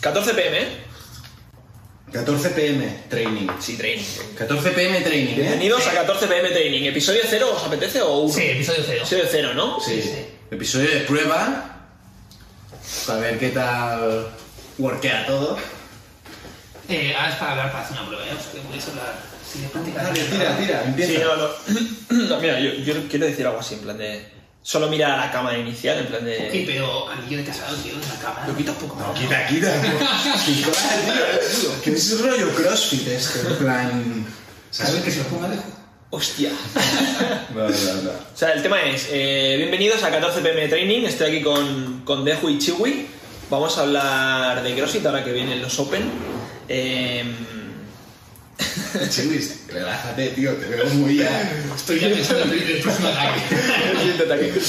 14 pm, ¿eh? 14 pm training. Sí, training. 14 pm training, ¿eh? Bienvenidos a 14 pm Training. ¿Episodio 0 os apetece o 1? Sí, episodio cero. Episodio 0, ¿no? Sí. sí. Episodio de prueba. Para ver qué tal workea todo. Eh, ahora es para hablar, para hacer una prueba, ¿eh? Os que podéis hablar. Si de práctica. Dale, tira, tira, empieza. Sí, no, no. No, mira, yo, yo quiero decir algo así, en plan de. Solo mira a la cámara inicial, en plan de. Sí, pero anillo de casado, tío, en la cámara. Lo quitas poco. No, quita, quita. Qué cosa, tío. Que es rollo crossfit esto, en plan. ¿Sabes que se lo ponga lejos? Hostia. No, no, no. o sea, el tema es: eh, bienvenidos a 14 pm Training. Estoy aquí con, con Deju y Chiwi. Vamos a hablar de CrossFit ahora que vienen los Open. Em, Chilis, relájate, tío, te veo muy ya. Estoy ya pensando en el próximo ataque. El siguiente ataque.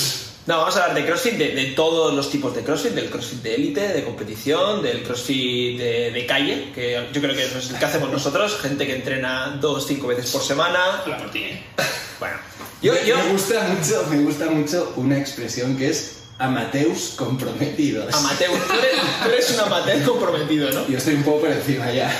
No, vamos a hablar de CrossFit, de, de todos los tipos de CrossFit, del CrossFit de élite, de competición, del CrossFit de, de calle, que yo creo que eso es el que hacemos nosotros, gente que entrena dos, cinco veces por semana. Habla por ti, ¿eh? Bueno, yo, Me- yo, Me gusta mucho, me gusta mucho una expresión que es amateus comprometidos. amateur, tú eres, tú eres un amateur comprometido, ¿no? Yo estoy un poco por encima ya.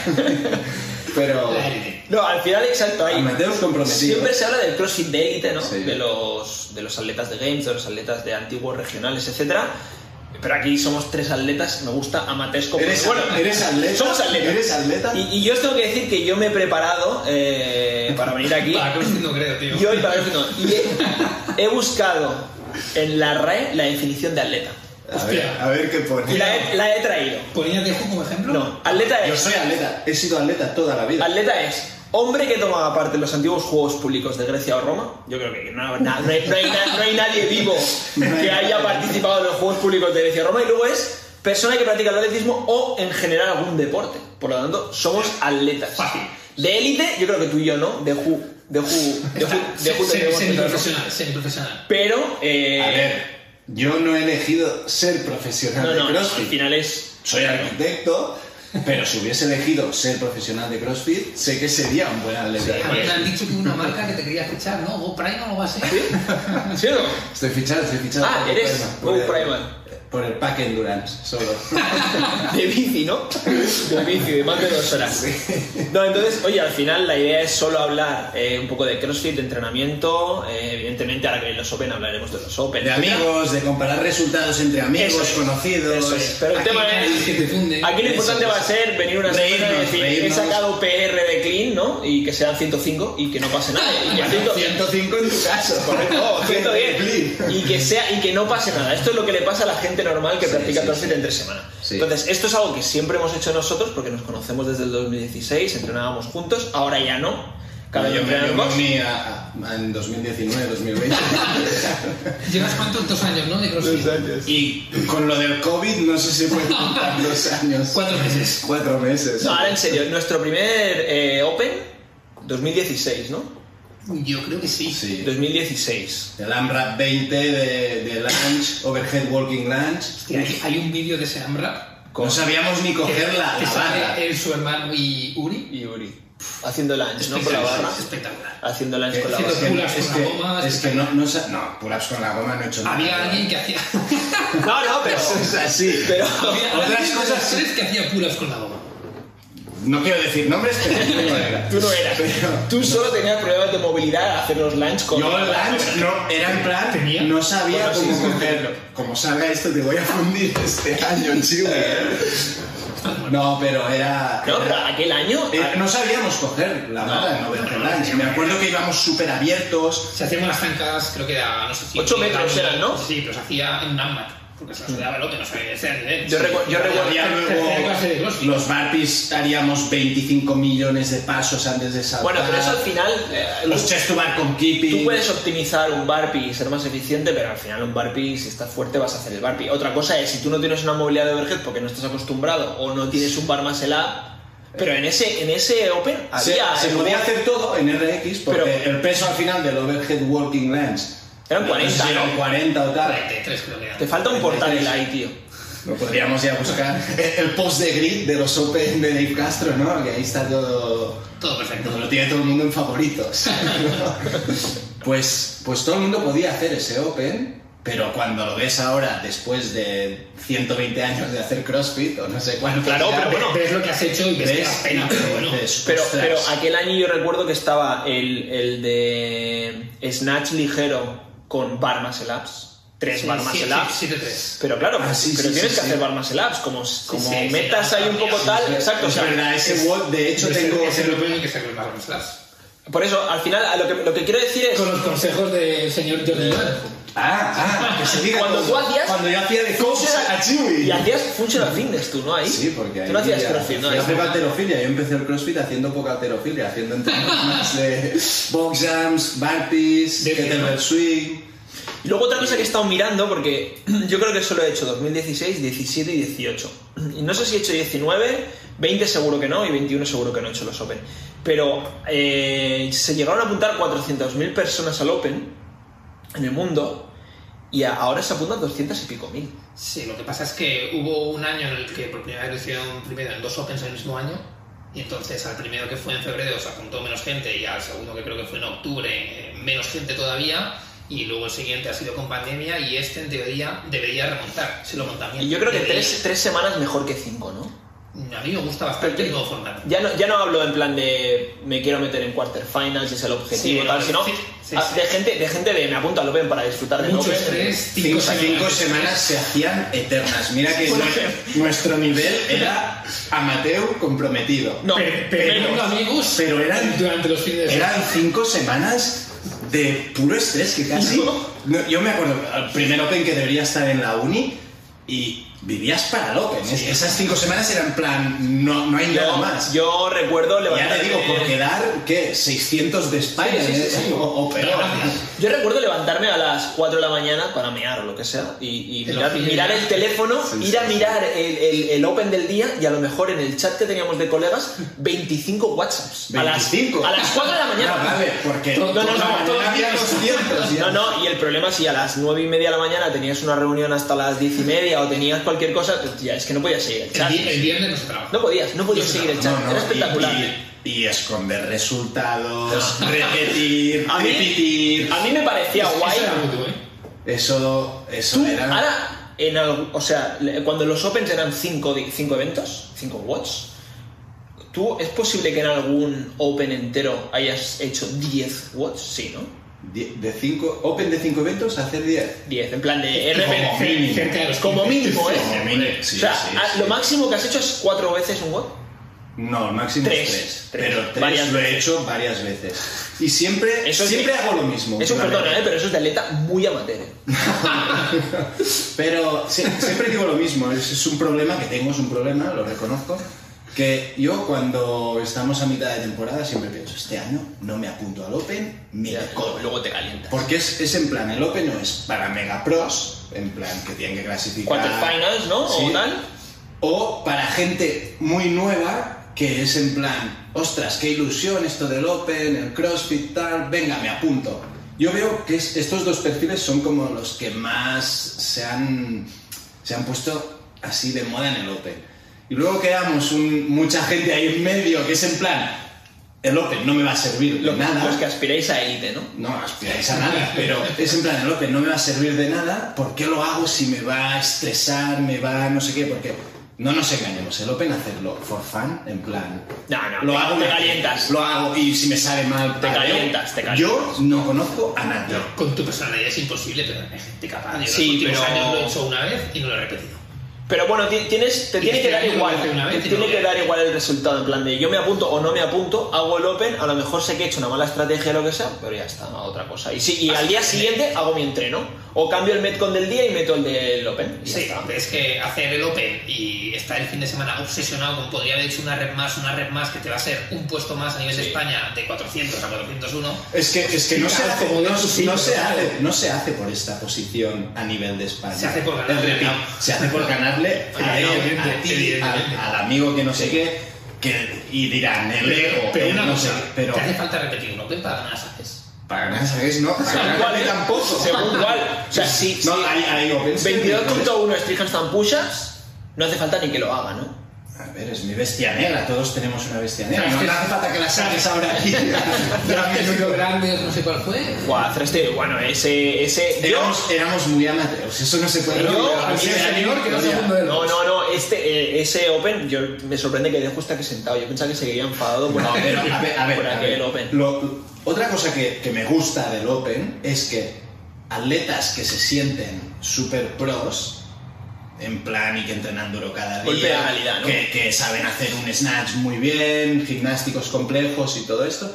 Pero. La élite. No, al final, exacto, ahí. Amateus comprometidos. Siempre se habla del CrossFit de élite, ¿no? Sí. De, los, de los atletas de Games, de los atletas de antiguos regionales, etcétera. Pero aquí somos tres atletas, me gusta amateurs como... Eres- eres atleta, Somos atletas. eres atleta. Y, y yo os tengo que decir que yo me he preparado eh, para venir aquí. Para que no creo, tío. yo y para ver si no. Y he, he buscado en la RAE la definición de atleta. A ver, Hostia. a ver qué Y pone. la E. he, la he traído. ¿Ponía Dejo como ejemplo? No, atleta Yo es... soy atleta, he sido atleta toda la vida. Atleta es hombre que tomaba parte en los antiguos Juegos Públicos de Grecia o Roma. Yo creo que no, na- no hay, no hay na- no hay nadie vivo que haya participado en los Juegos Públicos de Grecia o Roma. Y luego es persona que practica el atletismo o en general algún deporte. Por lo tanto, somos atletas. Fácil. De élite, yo creo que tú y yo no. De Ju. De Ju. De Ju. De Ju tenemos Semi- que entrar, ¿no? Semiprofesional, semiprofesional. Pero. eh, A ver, yo no he elegido ser profesional no, no, de no, al CrossFit. final es. Soy arquitecto, pero si hubiese elegido ser profesional de CrossFit, sé que sería un buen atleta. A mí me han dicho que una marca que te quería fichar, ¿no? GoPrime o algo así. ¿Sí o no? Estoy fichado, estoy fichado. Ah, por el eres Prima, Go por el- Primal. Por el pack endurance, solo. De bici, ¿no? De bici, de más de dos horas. No, entonces, oye, al final la idea es solo hablar eh, un poco de CrossFit, de entrenamiento. eh, evidentemente, ahora que vienen los Open hablaremos de los Open. De amigos, de comparar resultados entre amigos, Eso es, conocidos. eso es. Pero el Aquí tema nadie es. que te funde. Aquí lo Eso importante es. va a ser venir una semana y Reírnos, decir, he reírnos. sacado PR de clean, ¿no? Y que sean 105 y que no pase nada. Y que 100 105 en tu caso. Correcto, Oh, Clean. 110. Y que, sea, y que no pase nada. Esto es lo que le pasa a la gente normal que practica sí, CrossFit sí. entre semana. Sí. Entonces, esto es algo que siempre hemos hecho nosotros porque nos conocemos desde el 2016, entrenábamos juntos, ahora ya no. Cada uno yo me entrena en yo el me box. uní a- a- en 2019, 2020. Llevas cuántos dos años, ¿no? De CrossFit. y con lo del COVID no sé si pueden contar los años. Cuatro meses. Cuatro meses. No, ahora en serio, nuestro primer eh, Open, 2016, ¿no? Yo creo que sí. Sí. 2016. El AMRAP 20 de, de lunch, overhead walking lunch. Hostia, hay, hay un vídeo de ese AMRAP. No sabíamos ni coger la, que la sale barra. él, su hermano y Uri. Y Uri. Haciendo lunch, ¿no? Por la barra. Espectacular. Haciendo lunch Eh, con la barra. es que- pull-ups es con que- la goma, Es que no, no, sa- no, pull-ups con la goma no he hecho nada. Había alguien que hacía. No, no, pero. Eso es así. Pero. había Otras alguien de cosas los tres que hacía pull-ups con la goma. No quiero decir nombres, pero no era. Tú no eras. Pero- Tú solo tenías problemas de movilidad, hacer los lunch con. Yo el lunch no, era en plan, Tenía. no sabía Bueno, sí, cómo sí. cogerlo. Como salga esto, te voy a fundir este año, chido. No, pero era. No, pero aquel año. era- no sabíamos coger la barra en Overhead Lunch. Me acuerdo que íbamos súper abiertos. Se hacían las zancas, creo que era, no sé si. Ocho metros eran, ¿no? Sí, pero se hacía en un ámbar. Porque se las sudaba el otro, no sabía ese nivel. Yo Sí. recu- yo recuerdo- Había Tercera clase de luego CrossFit. los barpees haríamos 25 millones de pasos antes de saltar. Bueno, pero eso al final. eh, Los chest to bar con keeping. Tú puedes optimizar un barpi y ser más eficiente, pero al final un barpi, si estás fuerte, vas a hacer el barpi. Otra cosa es, si tú no tienes una movilidad de overhead porque no estás acostumbrado o no tienes un bar más el up, pero en ese, en ese Open Se, había... se podía hacer todo en RX porque Pero- el peso al final del overhead working lens Eran 40, eran ¿no? 40 o tal. 43 creo que era. Te falta un portal ahí, tío. Lo podríamos ya buscar. El post de grid de los Open de Dave Castro, ¿no? Que ahí está todo. Todo perfecto. Lo tiene todo el mundo en favoritos. pues, pues todo el mundo podía hacer ese Open Pero cuando lo ves ahora, después de 120 años de hacer CrossFit, o no sé cuánto... Claro, ya, pero bueno, Ves lo que has hecho y ves que ves da pena, pero bueno. dices, Pero, "Ostras". pero aquel año yo recuerdo que estaba el, el de Snatch ligero con bar muscle ups. Tres Sí, bar sí, muscle sí, ups. siete, tres. Pero claro, Ah, sí, pero sí, tienes sí, que sí. hacer bar muscle ups. Como, como sí, metas sí, ahí un sí, poco sí, tal. sí. exacto. o Es sea, verdad, ese WOD, de hecho, Ese- tengo... ese es lo primero que está con el Barón Slash. por eso, al final, a lo que, lo que quiero decir es. Con los consejos del señor Jordi Lara. Ah, ah, que se diga Cuando todo. tú hacías- Cuando yo hacía de coach a Chewy. Y hacías functional fitness tú, ¿no? Ahí. Sí, porque ahí Tú no hacías ya- crossfit, ¿no? Yo hacía halterofilia. Yo empecé el crossfit haciendo poca halterofilia, haciendo entrenamientos de box jumps, burpees, De kettlebell miedo. swing. Y Luego otra cosa que he estado mirando, porque yo creo que solo he hecho 2016, 17 y 18. Y no sé si he hecho 19, 20 seguro que no, y 21 seguro que no he hecho los Open. Pero eh, se llegaron a apuntar 400.000 personas al Open en el mundo, y a- ahora se apuntan 200 y pico mil. Sí, lo que pasa es que hubo un año en el que por primera vez lo hicieron primero en dos Opens en el mismo año. Y entonces al primero que fue en febrero se apuntó menos gente y al segundo que creo que fue en octubre eh, menos gente todavía. Y luego el siguiente ha sido con pandemia y este en teoría debería remontar, si lo montan bien. Y yo creo que Debería. tres, tres semanas mejor que cinco, ¿no? A mí me gusta bastante el nuevo formato. Ya no, ya no hablo en plan de me quiero meter en quarterfinals, es el objetivo, Sí, tal, no, sino sí, sí, ah, sí. de, gente, de gente de me apunta al Open para disfrutar del Mucho Open. estrés, Cinco, cinco, cinco semanas se hacían eternas. Mira que nue- nuestro nivel era amateur comprometido. No, Pero, pero, amigos, Pero eran- durante los fines de semana. Eran cinco semanas de puro estrés, que casi... No, yo me acuerdo, el primer Open que debería estar en la uni y vivías para el Open. Es- Esas cinco semanas eran plan, no, no hay nada yo, más. yo recuerdo ya levantarme. te digo, por quedar, ¿qué? 600 de España Sí, sí, sí, ¿eh? sí. O, o peor. Yo recuerdo levantarme a las 4 de la mañana para mear o lo que sea y, y El mirar, oficio. mirar el teléfono, Sí, ir sí, a mirar el, el- el Open del día y a lo mejor en el chat que teníamos de colegas, 25 WhatsApps. A 25. las, a las 4 de la mañana. Ah, vale, porque No, no, por no, la mañana todavía había no. 200 No, ya. no, y el problema es si a las 9 y media de la mañana tenías una reunión hasta las 10 y media o tenías cualquier cosa, ya es que no podías seguir el El, chat. vi- el viernes no se trabaja. No podías, no podías No, seguir el no, chat. No, no, Era y- espectacular. Y, y esconder resultados, repetir, A mí- repetir. A mí me parecía Eso guay. era bruto, ¿eh? Eso, eso Tú, era. ahora, en al- o sea, le- cuando los Opens eran 5 cinco, eventos, 5 watts, ¿tú es posible que en algún Open entero hayas hecho 10 watts? Sí, ¿no? Die- De cinco, open de 5 eventos, hacer 10. 10, en plan de Como RPC. mínimo. Cerca de los Como 15. mínimo, ¿eh? Como mínimo, sí, o sea, sí, a- sí. lo máximo que has hecho es 4 veces un watt. No, el máximo Tres. es 3. Tres. Pero 3 Varias lo he veces. hecho varias veces. Y siempre, Eso es siempre de- hago lo mismo. Eso, una perdona, vez. ¿eh? pero eso es de atleta muy amateur. ¿eh? Pero sí, siempre digo lo mismo, es, es un problema que tengo, es un problema, lo reconozco, que yo cuando estamos a mitad de temporada siempre pienso, este año no me apunto al Open, me Ya, cobro. luego te calientas. Porque es, es en plan, el Open no es para mega pros, en plan que tienen que clasificar. Quarterfinals, ¿no? Sí. O tal. O para gente muy nueva que es en plan, ostras, qué ilusión esto del Open, el CrossFit, tal, venga, me apunto. Yo veo que es- estos dos perfiles son como los que más se han, se han puesto así de moda en el Open. Y luego quedamos un- mucha gente ahí en medio que es en plan, el Open no me va a servir de Lo- nada. Los que aspiráis a élite, ¿no? No aspiráis a nada, pero es en plan, el Open no me va a servir de nada, ¿por qué lo hago si me va a estresar, me va a no sé qué? Porque no nos engañemos, el Open hacerlo for fun, en plan... No, no, lo te- hago te una- calientas. Lo hago y si me sale mal... Te vale. calientas, te Yo calientas. no conozco a nadie. Con tu personalidad es imposible, pero hay gente capaz. Sí, Yo los últimos pero- años lo he hecho una vez y no lo he repetido. Pero bueno, ti- tienes, te Y tiene que este dar año lo igual. hice una vez te y tiene no que lo dar igual el resultado. En plan de yo me apunto o no me apunto, hago el open, a lo mejor sé que he hecho una mala estrategia o lo que sea, pero ya está, a otra cosa. Y, sí, y al día siguiente hago mi entreno. O cambio el Metcon del día y meto el del open. y ya Sí, está. es que hacer el Open y estar el fin de semana obsesionado con podría haber hecho una red más, una red más, que te va a ser un puesto más a nivel de Sí. España de 400 a 401. Es que, es que no, se hace, como de no- sus signos, no se claro. hace, no se hace por esta posición a nivel de España. Se hace por El ganarle, repi- ¿no? Se hace por ganarle a él, Evidentemente, a ti, evidentemente. al, al amigo que no sé qué, que, y dirán el ego. pero el una no cosa, sé qué, pero ¿te hace falta repetir un Open para ganar las haces? para ganar, ¿sabes? No, para ganar ¿Cuál, eh? tampoco. Según cuál. O sea, si, No, si ahí, ¿eh? ahí, opens. 22.1 strict handstand push-ups, no hace falta ni que lo haga, ¿no? A ver, es mi bestia negra, todos tenemos una bestia negra. Es No que- hace falta que la saques ahora aquí. Los grandes, no sé cuál fue. Guau, Thrasher, este, bueno, ese. ese yo, éramos, éramos muy amateurs, eso no se puede Yo, olvidar. a mí Sí, me sí, da miedo que no se podía. funda el- no, no, no, este, eh, ese Open, yo me sorprende que Dejo esté aquí sentado. Yo pensaba que se quería enfadado por, No, pero, a ver, a ver, por a aquel ver. Open. Lo- otra cosa que, que me gusta del Open es que atletas que se sienten super pros, en plan y que entrenan duro cada Golpe de día, calidad, ¿no? que, que saben hacer un snatch muy bien, gimnásticos complejos y todo esto,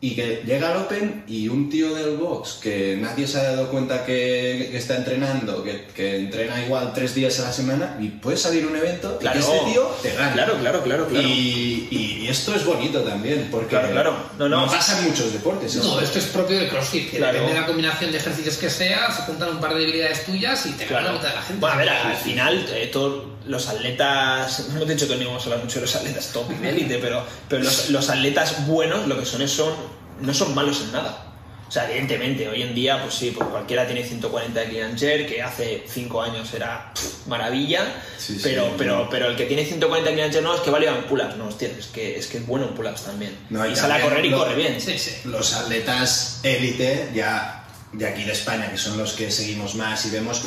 y que llega al Open y un tío del box que nadie se ha dado cuenta que, que está entrenando, que, que entrena igual tres días a la semana, y puede salir un evento Claro. y que este tío te gana. Claro, claro, claro, claro. Y, y esto es bonito también, porque Claro, claro. No, no. pasa en muchos deportes. No, esto es propio del CrossFit, que Claro. depende de la combinación de ejercicios que sea, se juntan un par de debilidades tuyas y te gana Claro. la mitad de la gente. Bueno, a ver, al final, eh, todos los atletas. No te he dicho que no íbamos a hablar mucho de los atletas top de élite, pero, pero los, los atletas buenos lo que son es son. No son malos en nada. O sea, evidentemente, hoy en día, pues sí, pues cualquiera tiene 140 de clean and jerk, que hace 5 años era pff, maravilla, Sí, sí. pero, pero, pero el que tiene 140 de clean and jerk no es que vale en pull-ups, no, hostia, es que es, que es bueno en pull-ups también. No, y y sale a también correr y lo- corre bien. Sí, sí. Los atletas élite, ya de aquí de España, que son los que seguimos más y vemos,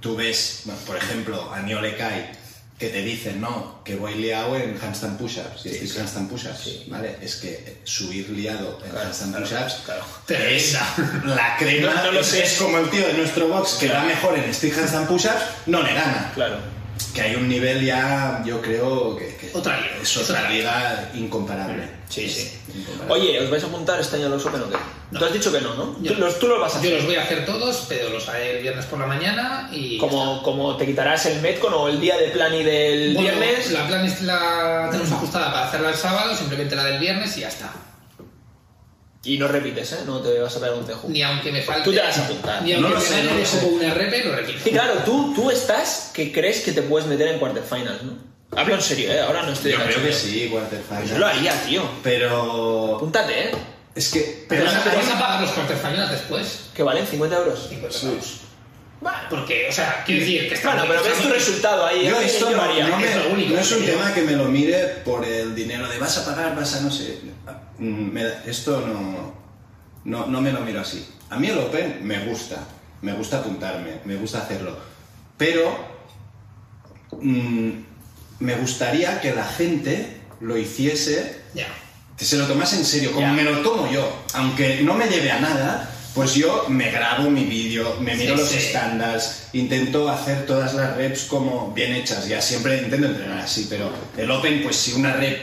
tú ves, bueno, por ejemplo, a Niole Kai, que te dicen, no, que voy liado en handstand push-ups, y decís handstand push-ups, ¿vale? Es que subir liado en handstand push-ups claro. es la crema, No, no lo es, sé. es como el tío de nuestro box que va mejor en stick handstand push-ups, no le gana. Claro. que hay un nivel ya, yo creo que, que Otra liga, es otra, otra liga incomparable. Sí, sí. Incomparable. Oye, ¿os vais a apuntar este año a los Open o qué? Tú has dicho que no, ¿no? Yo Tú no. los, tú los vas a Yo hacer. los voy a hacer todos, pero los haré el viernes por la mañana y... Como, como te quitarás el Metcon o el día de Plani del Bueno, viernes. La plan es la tenemos ajustada para hacerla el sábado, simplemente la del viernes y ya está. Y no repites, ¿eh? No te vas a pegar un tejo. Ni aunque me falte... Tú te vas a apuntar. Ni No aunque lo me sé, gane, no lo dejo sé. como una repe, lo requiero. Y claro, tú, tú estás que crees que te puedes meter en quarterfinals, ¿no? Hablo en serio, ¿eh? Ahora no estoy yo de creo que cachondeo. sí, quarterfinals. Pues Yo lo haría, tío. Pero Apúntate, ¿eh? es que Pero pero vas a- pero- vas a pagar los quarterfinals después. Que valen 50 euros. pues 50 Sí. pavos. Bueno, Porque, o sea, quiero decir que está bueno, bien, pero ves está tu bien. resultado ahí. yo ¿eh? esto lo no, haría. no me- es lo único no es que un digo. tema que me lo mire por el dinero de vas a pagar, vas a no sé. Mm, me da- esto no, no, no me lo miro así. A mí el Open me gusta, me gusta apuntarme, me gusta hacerlo. Pero mm, me gustaría que la gente lo hiciese Ya. que se lo tomas en serio, como Ya. me lo tomo yo. Aunque no me lleve a nada, pues yo me grabo mi vídeo, me miro Sí, los sí. estándares, intento hacer todas las reps como bien hechas. Ya siempre intento entrenar así, pero el Open, pues si una rep,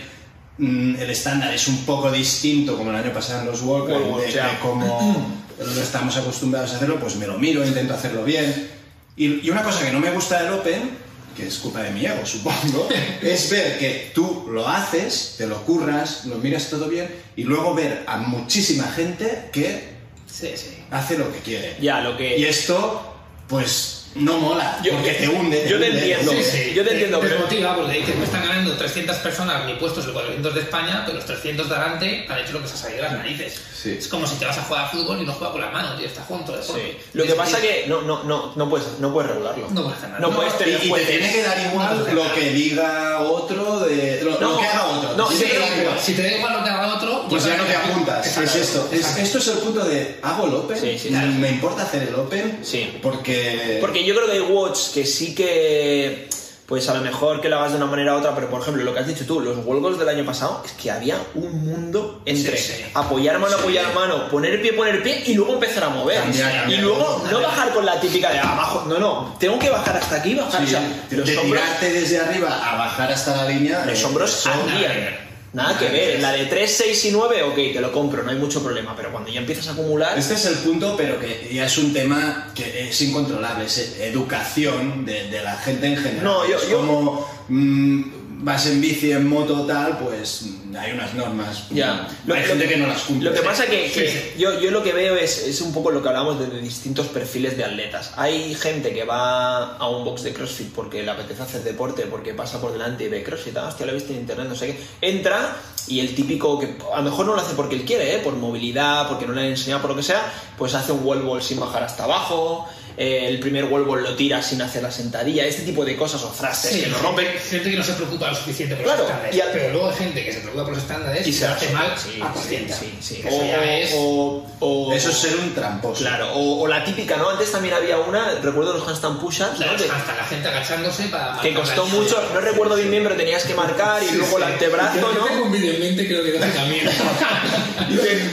mm, el estándar es un poco distinto, como el año pasado en los World World de, Cup, ya. de como lo estamos acostumbrados a hacerlo, pues me lo miro, intento hacerlo bien. Y, y una cosa que no me gusta del Open, que es culpa de mi ego, supongo, es ver que tú lo haces, te lo curras, lo miras todo bien, y luego ver a muchísima gente que Sí, sí. hace lo que quiere. Ya, lo que. Y esto, pues, no mola, Yo- eh, porque te hunde. te yo te hunde, entiendo, hunde. sí, sí. yo te entiendo, pero- Desmotiva porque dices, me están ganando 300 personas mi puesto es el 400 de España, pero los 300 de adelante han hecho lo que se ha salido de las narices. Sí. Es como si te vas a jugar a fútbol y no juegas con la mano, tío, estás jugando de Sí. Lo que pasa que no, no, no, no, puedes, no puedes regularlo. No puedes hacer nada. No puedes No, tener Y, y te fuentes. tiene que dar igual lo que diga otro de... Lo, No, lo que haga otro. no, Te sí, tiene que dar pero- igual. Si te da igual lo que haga otro, Pues ya no te Exacto. apuntas, es esto. Es- Exacto. esto es el punto de hago el open, Sí, sí, y sí. me importa hacer el open Sí. porque... Porque yo creo que hay watch que sí que. Pues a lo mejor que lo hagas de una manera u otra, pero por ejemplo, lo que has dicho tú, los huelgos del año pasado, es que había un mundo entre Sí, sí. apoyar mano, Sí. apoyar mano, poner pie, poner pie y luego empezar a mover. Cambiar, cambiar, y luego cambiar. no bajar con la típica de abajo, no, no, tengo que bajar hasta aquí, bajar. Sí, o sea, de los de hombros, tirarte desde arriba a bajar hasta la línea... los eh, hombros son- al día. nada. Nada que Nada que ver, ver. la de 3, 6 y 9, ok, te lo compro, no hay mucho problema, pero cuando ya empiezas a acumular. Este es el punto, pero que ya es un tema que es incontrolable, es eh, educación de, de la gente en general. No, yo- Es yo- como mm, vas en bici, en moto, tal, pues mm, hay unas normas. Ya. Mm, Hay gente que no las cumple. Lo que pasa que, que Sí. yo, yo lo que veo es, es un poco lo que hablamos de, de distintos perfiles de atletas. Hay gente que va a un box de CrossFit porque le apetece hacer deporte, porque pasa por delante y ve CrossFit, ah, hostia, lo he visto en internet, no sé qué. Entra y el típico que a lo mejor no lo hace porque él quiere, ¿eh? por movilidad, porque no le han enseñado, por lo que sea, pues hace un wall ball sin bajar hasta abajo. eh, el primer World Ball lo tira sin hacer la sentadilla, este tipo de cosas o frases que lo rompen. Gente que no se preocupa lo suficiente por Claro, los estándares. y al- Pero luego hay gente que se preocupa por los estándares Y y se Ah, se la- hace mal. sí, a sí, conciencia. sí, sí. Eso ya es. pues O- o- Eso es ser un tramposo. Claro, o, o la típica, ¿no? Antes también había una, recuerdo los handstand push-ups, ¿no? Claro, De- hasta la gente agachándose para que marcar costó la- mucho, no recuerdo bien bien, pero tenías que marcar y luego el antebrazo, Yo tengo ¿no? un vídeo en mente, creo que lo hace también.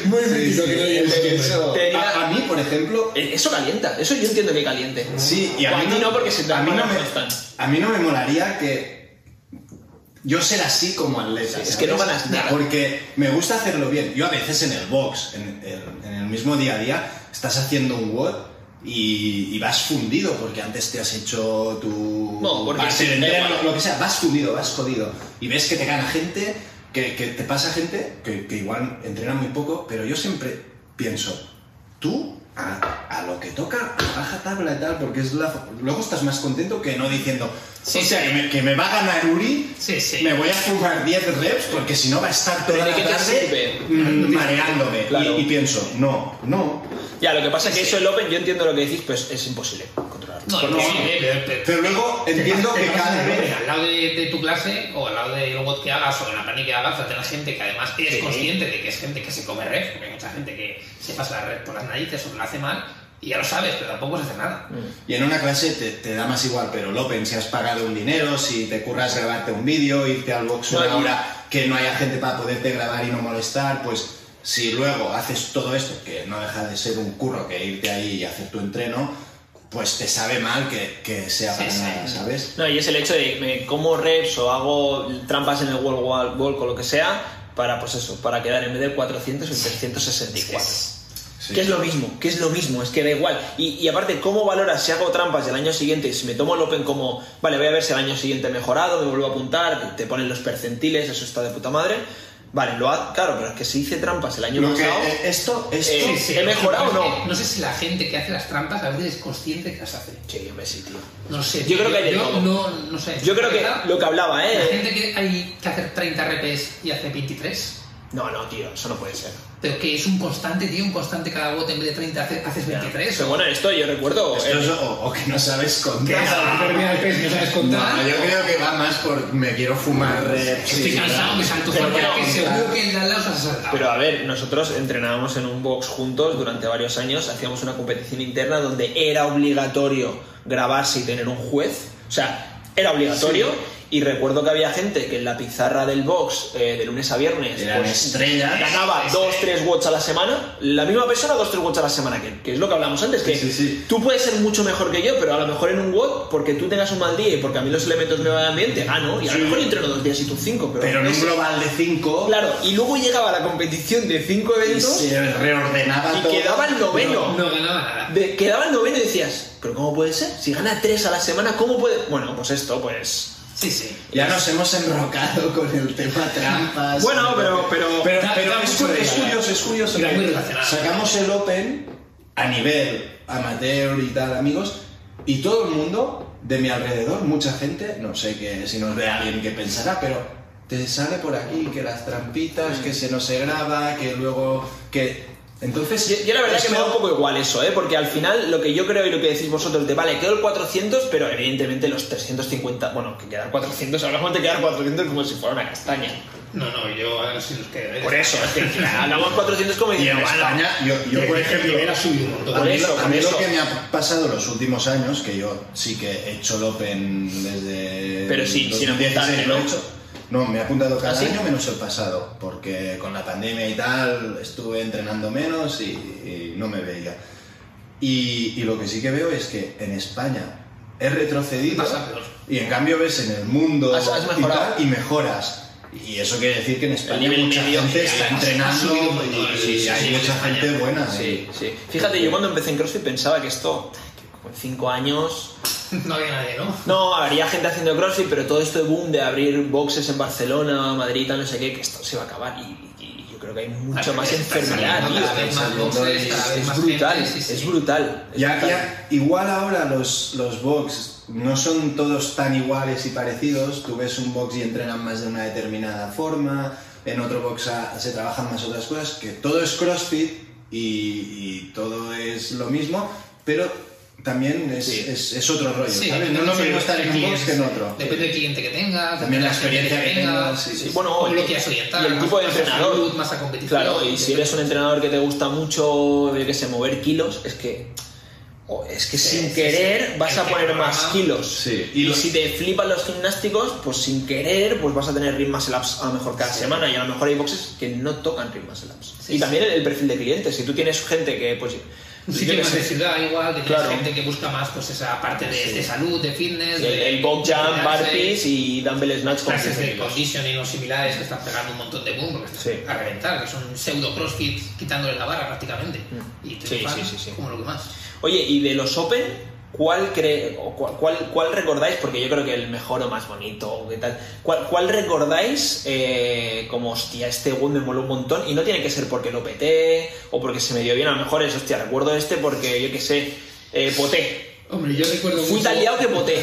Muy bien, lo que no hay en el- Tenía- a, a mí, por ejemplo, Eh, Eso calienta, eso yo entiendo que caliente. sí, y a O mí, no porque se te a mí no arman me los fans. A mí no me molaría que yo ser así como atleta. Sí, es ¿sabes? que no ganas nada. Porque me gusta hacerlo bien. Yo a veces en el box, en el, en el mismo día a día, estás haciendo un WOD y, y vas fundido porque antes te has hecho tu No, porque sí, pase de da entero, igual. lo, lo que sea, vas fundido, vas jodido. Y ves que te gana gente, que, que te pasa gente que, que igual entrena muy poco, pero yo siempre pienso, tú a, a lo que toca, a baja tabla y tal, porque es la... Luego estás más contento que no diciendo, Sí, o sea, sí. que, me, que me va a ganar Uri, Sí, sí. me voy a fumar 10 reps, porque si no va a estar toda ¿De la qué te tarde sirve? mm, mareándome. Y- Claro. Y, pienso, no, no. Ya, lo que pasa es que eso el Open, yo entiendo lo que decís, pues es imposible controlarlo. No, Porque- no, sí, eh, pero, pero- Pero luego te entiendo vas- te que vas cada a ver, vez... Al lado de, de tu clase, o al lado del bot que hagas, o en la planilla que hagas, va a tener gente que además es Sí. consciente de que es gente que se come red, porque hay mucha gente que se pasa la red por las narices o que la hace mal, y ya lo sabes, pero tampoco se hace nada. Y en una clase te, te da más igual, pero el Open, si has pagado un dinero, si te curras grabarte un vídeo, irte al box No, una no. hora que no haya gente para poderte grabar y no molestar, pues si luego haces todo esto, que no deja de ser un curro que irte ahí y hacer tu entreno, pues te sabe mal que, que sea Sí, para sí. nada, ¿sabes? No, y es el hecho de me como reps o hago trampas en el wall wall, walk o lo que sea para pues eso, para quedar en vez del 400 en 364. Sí. Que es lo mismo, que es lo mismo, es que da igual. Y, y aparte, ¿cómo valoras si hago trampas el año siguiente? Si me tomo el Open como, vale, voy a ver si el año siguiente he mejorado, me vuelvo a apuntar, te ponen los percentiles, eso está de puta madre. Vale, lo ha, claro, pero es que si hice trampas el año Lo que, pasado. eh, esto, esto Eh, Sí, sí. ¿He mejorado o no? No sé si la gente que hace las trampas a veces es consciente que las hace. Sí, hombre, sí, tío. No sé. Yo creo que hay de todo. yo no, no sé. Yo creo que lo que hablaba, La ¿eh? gente que hay que hacer 30 repes y hace 23. No, no, tío, eso no puede ser. Pero que es un constante, tío, un constante cada bot en vez de 30 hace- haces 23. Pero bueno, esto yo recuerdo. esto eh, es o, o que no sabes Claro, contar. Termina el pez, no sabes contar. No, yo creo que va más por me quiero fumar reps Estoy y- cansado, me salto Pero fuera, bueno, que seguro que el de al lado se ha saltado. Pero a ver, nosotros entrenábamos en un box juntos durante varios años, hacíamos una competición interna donde era obligatorio grabarse y tener un juez, o sea, era obligatorio. Y recuerdo que había gente que en la pizarra del box eh, de lunes a viernes pues, Eran estrellas. ganaba Sí, sí. dos, tres watts a la semana. La misma persona, dos, tres watts a la semana, que, que es lo que hablamos antes. Que Sí, sí, sí. tú puedes ser mucho mejor que yo, pero a lo mejor en un watt, porque tú tengas un mal día y porque a mí los elementos me vayan bien, te gano. Y a lo Sí. mejor entreno dos días y tú cinco, pero, Pero en un ese- global de 5 Claro, y luego llegaba la competición de cinco y eventos y, se reordenaba todo. quedaba el noveno. no ganaba nada. De- quedaba el noveno y decías, pero ¿cómo puede ser? Si gana tres a la semana, ¿cómo puede...? Bueno, pues esto, pues... Sí, sí. Ya nos hemos enrocado con el tema trampas. Bueno, pero- pero- pero, Ta- pero ta- es, cu- es curioso, es curioso. Era que muy relacionado. sacamos el Open a nivel amateur y tal, amigos, y todo el mundo de mi alrededor, mucha gente, no sé que, si nos ve alguien que pensará, pero te sale por aquí que las trampitas, que se no se graba, que luego que entonces Yo, yo la verdad que me da esto- un poco igual eso, ¿eh? Porque al final lo que yo creo y lo que decís vosotros de, vale, quedo el 400, pero evidentemente los 350... Bueno, que quedar 400, hablamos de quedar 400 como si fuera una castaña. No, no, yo ahora sí nos ¿eh? quedo. Por eso, es que hablamos 400 como Y diciendo... en España, yo, yo, por ejemplo, Rivera subido un montón. A mí, eso, lo- a mí por lo eso. que me ha pasado los últimos años, que yo sí que he hecho el Open desde. Pero el sí, sin 2016 apuntarme, lo he ¿no? hecho. No, me he apuntado cada ¿Ah, sí? año menos el pasado, porque con la pandemia y tal estuve entrenando menos y, y no me veía. Y, y lo que sí que veo es que en España he retrocedido Pasa peor. y en cambio ves en el mundo Has- has y mejorado. tal, y, mejoras. Y eso quiere decir que en España nivel mucha medio ya gente está ha- ha entrenando subido un montón, y, sí, y sí, hay sí, mucha en España. gente buena. ¿eh? Sí, y- sí. Fíjate, yo cuando empecé en CrossFit pensaba que esto, con 5 años, No había nadie, ¿no? No, habría gente haciendo crossfit, pero todo esto de boom de abrir boxes en Barcelona, Madrid, y tal, no sé qué, que esto se va a acabar. Y, y yo creo que hay mucha Al más revés, está enfermedad, saliendo tío. cada vez más saliendo boxes, y cada vez Es más brutal, gente, sí, sí. es brutal. es Ya, brutal. ya, igual ahora los, los box no son todos tan iguales y parecidos. Tú ves un box y entrenan más de una determinada forma, en otro box a- se trabajan más otras cosas, que todo es CrossFit y, y todo es lo mismo, pero también es, Sí. es, es otro rollo, Sí, ¿sabes? No depende es lo del mismo estar en un box que en otro. Depende del cliente que tenga, También la experiencia que tenga, tengas, sí, sí. Bueno, cómo y- lo quieras orientar. y el tipo de más a entrenador. salud, más a competición. Claro, y si eres un entrenador que te gusta mucho, yo que sé, mover kilos, es que. o es que sin sí, querer sí. vas El a que poner programa- más kilos. Sí. Y, Y lo- si te flipan los gimnásticos, pues sin querer, pues vas a tener rim muscle ups a lo mejor cada semana. Y a lo mejor hay boxes que no tocan rim muscle ups. y Sí, sí. también el, el perfil de clientes. Si tú tienes gente que, pues. yo Sí, que qué más sé, de ciudad igual, que Claro. tienes gente que busca más pues esa parte de, de salud, de fitness, el, de el bob jump, burpees y dumbbell snatch con clases de 15 kilos. conditioning o similares que están pegando un montón de boom, porque están Sí. a reventar, que son pseudo crossfit quitándole la barra prácticamente. Y te Mm. Sí, sí, sí, sí. como lo que más. Oye, y de los Open, ¿cuál, cree, o cuál, cuál- cuál recordáis? Porque yo creo que el mejor o más bonito, o qué tal. ¿Cuál, cuál recordáis eh, como, hostia, este Wood me moló un montón? Y no tiene que ser porque lo peté o porque se me dio bien. A lo mejor es, hostia, recuerdo este porque yo qué sé, eh, poté. Hombre, yo recuerdo Fui mucho. tan liado que poté.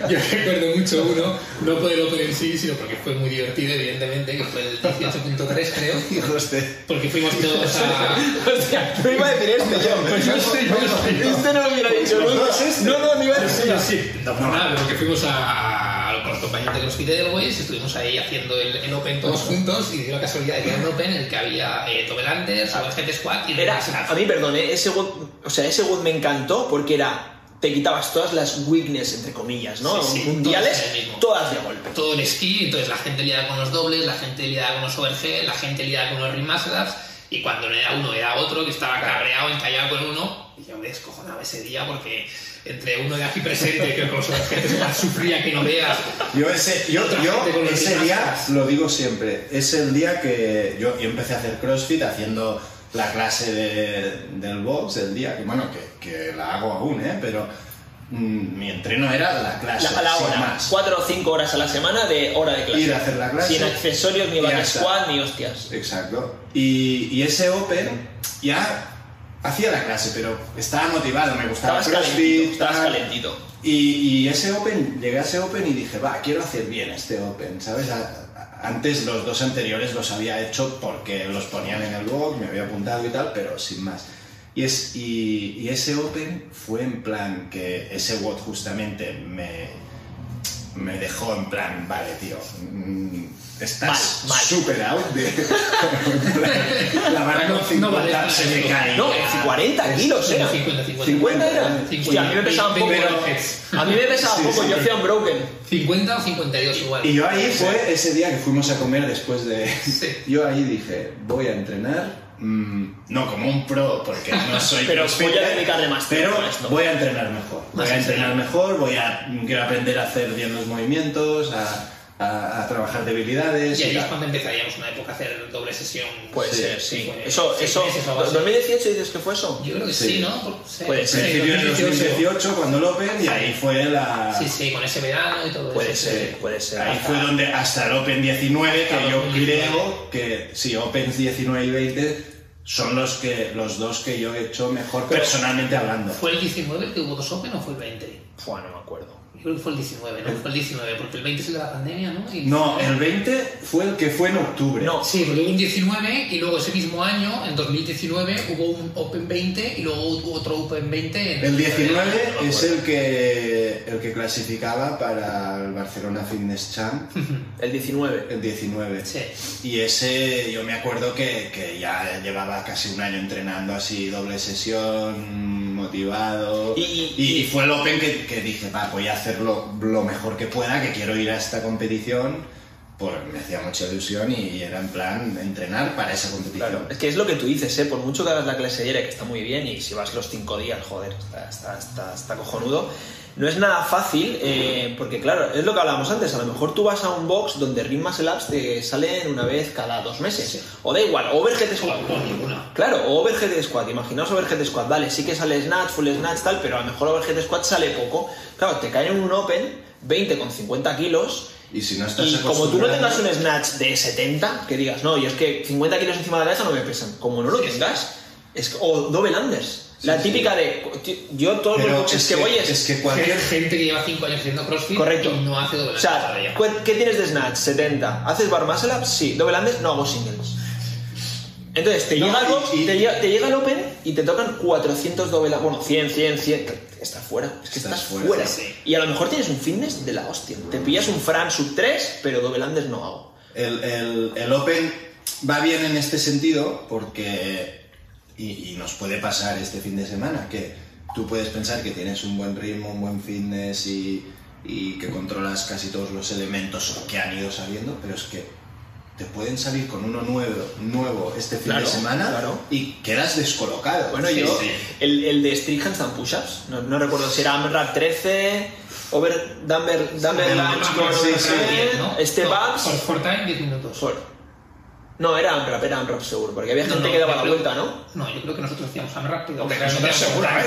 Yo recuerdo mucho uno, no por el Open en sí, sino porque fue muy divertido, evidentemente, que fue el 18.3, creo. Hijo este. Porque fuimos todos a. Hostia, no iba a decir este yo. Pues Este no lo hubiera dicho nunca. No, no, no iba a decir. No, por nada, porque fuimos a, a- con los compañeros de CrossFit Edelweiss, estuvimos ahí haciendo el, el Open todos juntos y dio la casualidad de que era un Open en el que había eh, Tobel Anders, Albert Squad y Era, Relax Lab. a mí, perdón, ¿eh? ese WOD, o sea, ese WOD me encantó porque era. Te quitabas todas las weakness, entre comillas, ¿no? Sí, sí, Mundiales, todas en el mismo. todas de golpe. todo el esquí, entonces la gente liada con los dobles, la gente liada con los overhead, la gente liada con los rimasadas, y cuando no era uno era otro que estaba cabreado, encallado con uno, y yo me descojonaba ese día porque entre uno de aquí presente que con los overhead es una sufría que no veas. Yo ese, yo, Otra gente con yo los ese mismas día, caras. lo digo siempre, es el día que yo, yo empecé a hacer CrossFit haciendo la clase de- del box, el día, que bueno, que, que la hago aún, ¿eh? pero mm, mi entreno era la clase, La, a la sin hora, más. cuatro o cinco horas a la semana de hora de clase. Ir a hacer la clase. Sin accesorios, ni Y ya back está. squad, ni hostias. Exacto. Y, y ese Open ya hacía la clase, pero estaba motivado, me gustaba Estabas CrossFit, calentito, estabas tal. calentito. Y, y ese Open, llegué a ese Open y dije, va, quiero hacer bien este Open, ¿sabes? A- a- antes los dos anteriores los había hecho porque los ponían en el blog, me había apuntado y tal, pero sin más. Y, es, y, y ese Open fue en plan que ese WOD justamente me, me dejó en plan, vale, tío, mm, estás Mal, mal. super out de... en plan, la barra con No, no 50 vale, se me no, cae. No, ya. 40 kilos, era. 50, 50. 50 era. 50. Hostia, a mí me pesaba un poco. Pero- A mí me pesaba Sí, poco, sí. yo hacía un broken. 50 o 52 igual. Y yo ahí fue ese día que fuimos a comer después de... Sí. Yo ahí dije, voy a entrenar, mm, no como un pro, porque no soy... Pero crossfitter, voy a dedicarle más tiempo pero a esto. voy a entrenar mejor. Voy Más a en entrenar serio. mejor, voy a... Quiero aprender a hacer bien los movimientos, a, a- a trabajar debilidades Y y ahí es tal. cuando empezaríamos una época a hacer doble sesión. Puede Sí, ser, Pues sí. fue Eso, seis eso. meses o algo así. ¿2018 dices que fue eso? Yo creo que sí, Sí. ¿no? Por- sí. Puede ser. principio de 2018. 2018 cuando el Open y ahí fue la... Sí, sí, con ese verano y todo Puede eso. ser, puede ser. Ahí Hasta- fue donde hasta el Open 19, Hasta que yo 2019. creo que sí, Opens 19 y 20 son los que los dos que yo he hecho mejor Pero- personalmente hablando. ¿Fue el 19 que hubo dos Open o fue el 20? Fua, no me acuerdo. Yo creo que fue el 19, ¿no? Fue el 19, porque el 20 es el de la pandemia, ¿no? Y- No, el 20 fue el que fue en octubre. No, Sí, porque hubo un 19 y luego ese mismo año, en 2019, hubo un Open 20 y luego hubo otro Open 20. en- El 19 no me es acuerdo. el que el que clasificaba para el Barcelona Fitness Champ, el 19. el 19. Sí. Y ese, yo me acuerdo que, que ya llevaba casi un año entrenando así, doble sesión, motivado. Y- y- y fue el Open que, que dije, va, voy a hacerlo lo mejor que pueda, que quiero ir a esta competición. Pues me hacía mucha ilusión y era en plan entrenar para esa competición. Claro, es que es lo que tú dices, ¿eh? por mucho que hagas la clase diaria, que está muy bien, y si vas los cinco días, joder, está, está, está, está cojonudo, no es nada fácil, eh, porque claro, es lo que hablábamos antes, a lo mejor tú vas a un box donde Ring Muscle Ups te salen una vez cada dos meses, o da igual, overhead O, squat. o ninguna. Claro, o overhead squat, imaginaos overhead squat, vale, sí que sale snatch, full snatch, tal, pero a lo mejor overhead squat sale poco. Claro, te caen en un open, 20 con 50 kilos, Y si no estás y como tú no acostumbrado- tengas un snatch de 70, que digas, no, yo es que 50 kilos encima de la cabeza no me pesan. Como no lo tengas, es que- o double unders. la sí. típica de, "Tío, yo todos los Pero boxes es que, voy es... Pues es que Cualquier cualquier gente que lleva 5 años haciendo CrossFit Correcto. y no hace doble o lanza sea, todavía. ¿cu- ¿qué tienes de snatch? 70. ¿Haces bar muscle up? Sí. ¿Double unders? No hago singles. Entonces, te, No, llega el y- box, y- te, llega, te llega el Open y te tocan 400 dovelas. Bueno, 100, 100, 100. Estás fuera. Es que Estás estás, fuera. fuera. Y a lo mejor tienes un fitness de la hostia. Te pillas un Fran sub 3, pero dovelandes no hago. El, el- el Open va bien en este sentido porque, y, y nos puede pasar este fin de semana, que tú puedes pensar que tienes un buen ritmo, un buen fitness y, y que controlas casi todos los elementos que han ido saliendo, pero es que te pueden salir con uno nuevo, nuevo este fin Claro, de semana claro. y quedas descolocado. Bueno, Sí, yo, sí. El, el de Strict Handstand Push-Ups, no, no recuerdo si era AMRAP 13, Over Dumber, dumber Sí, Lunge sí, con sí, sí. overhead, Este Step Ups. por- Por time 10 minutos. Por- No, era AMRAP, era AMRAP seguro, porque había No, gente no, que daba yo la creo- vuelta, ¿no? No, yo creo que nosotros hacíamos tan rápido. Hombre, Nosotros nosotros seguro, ¿eh?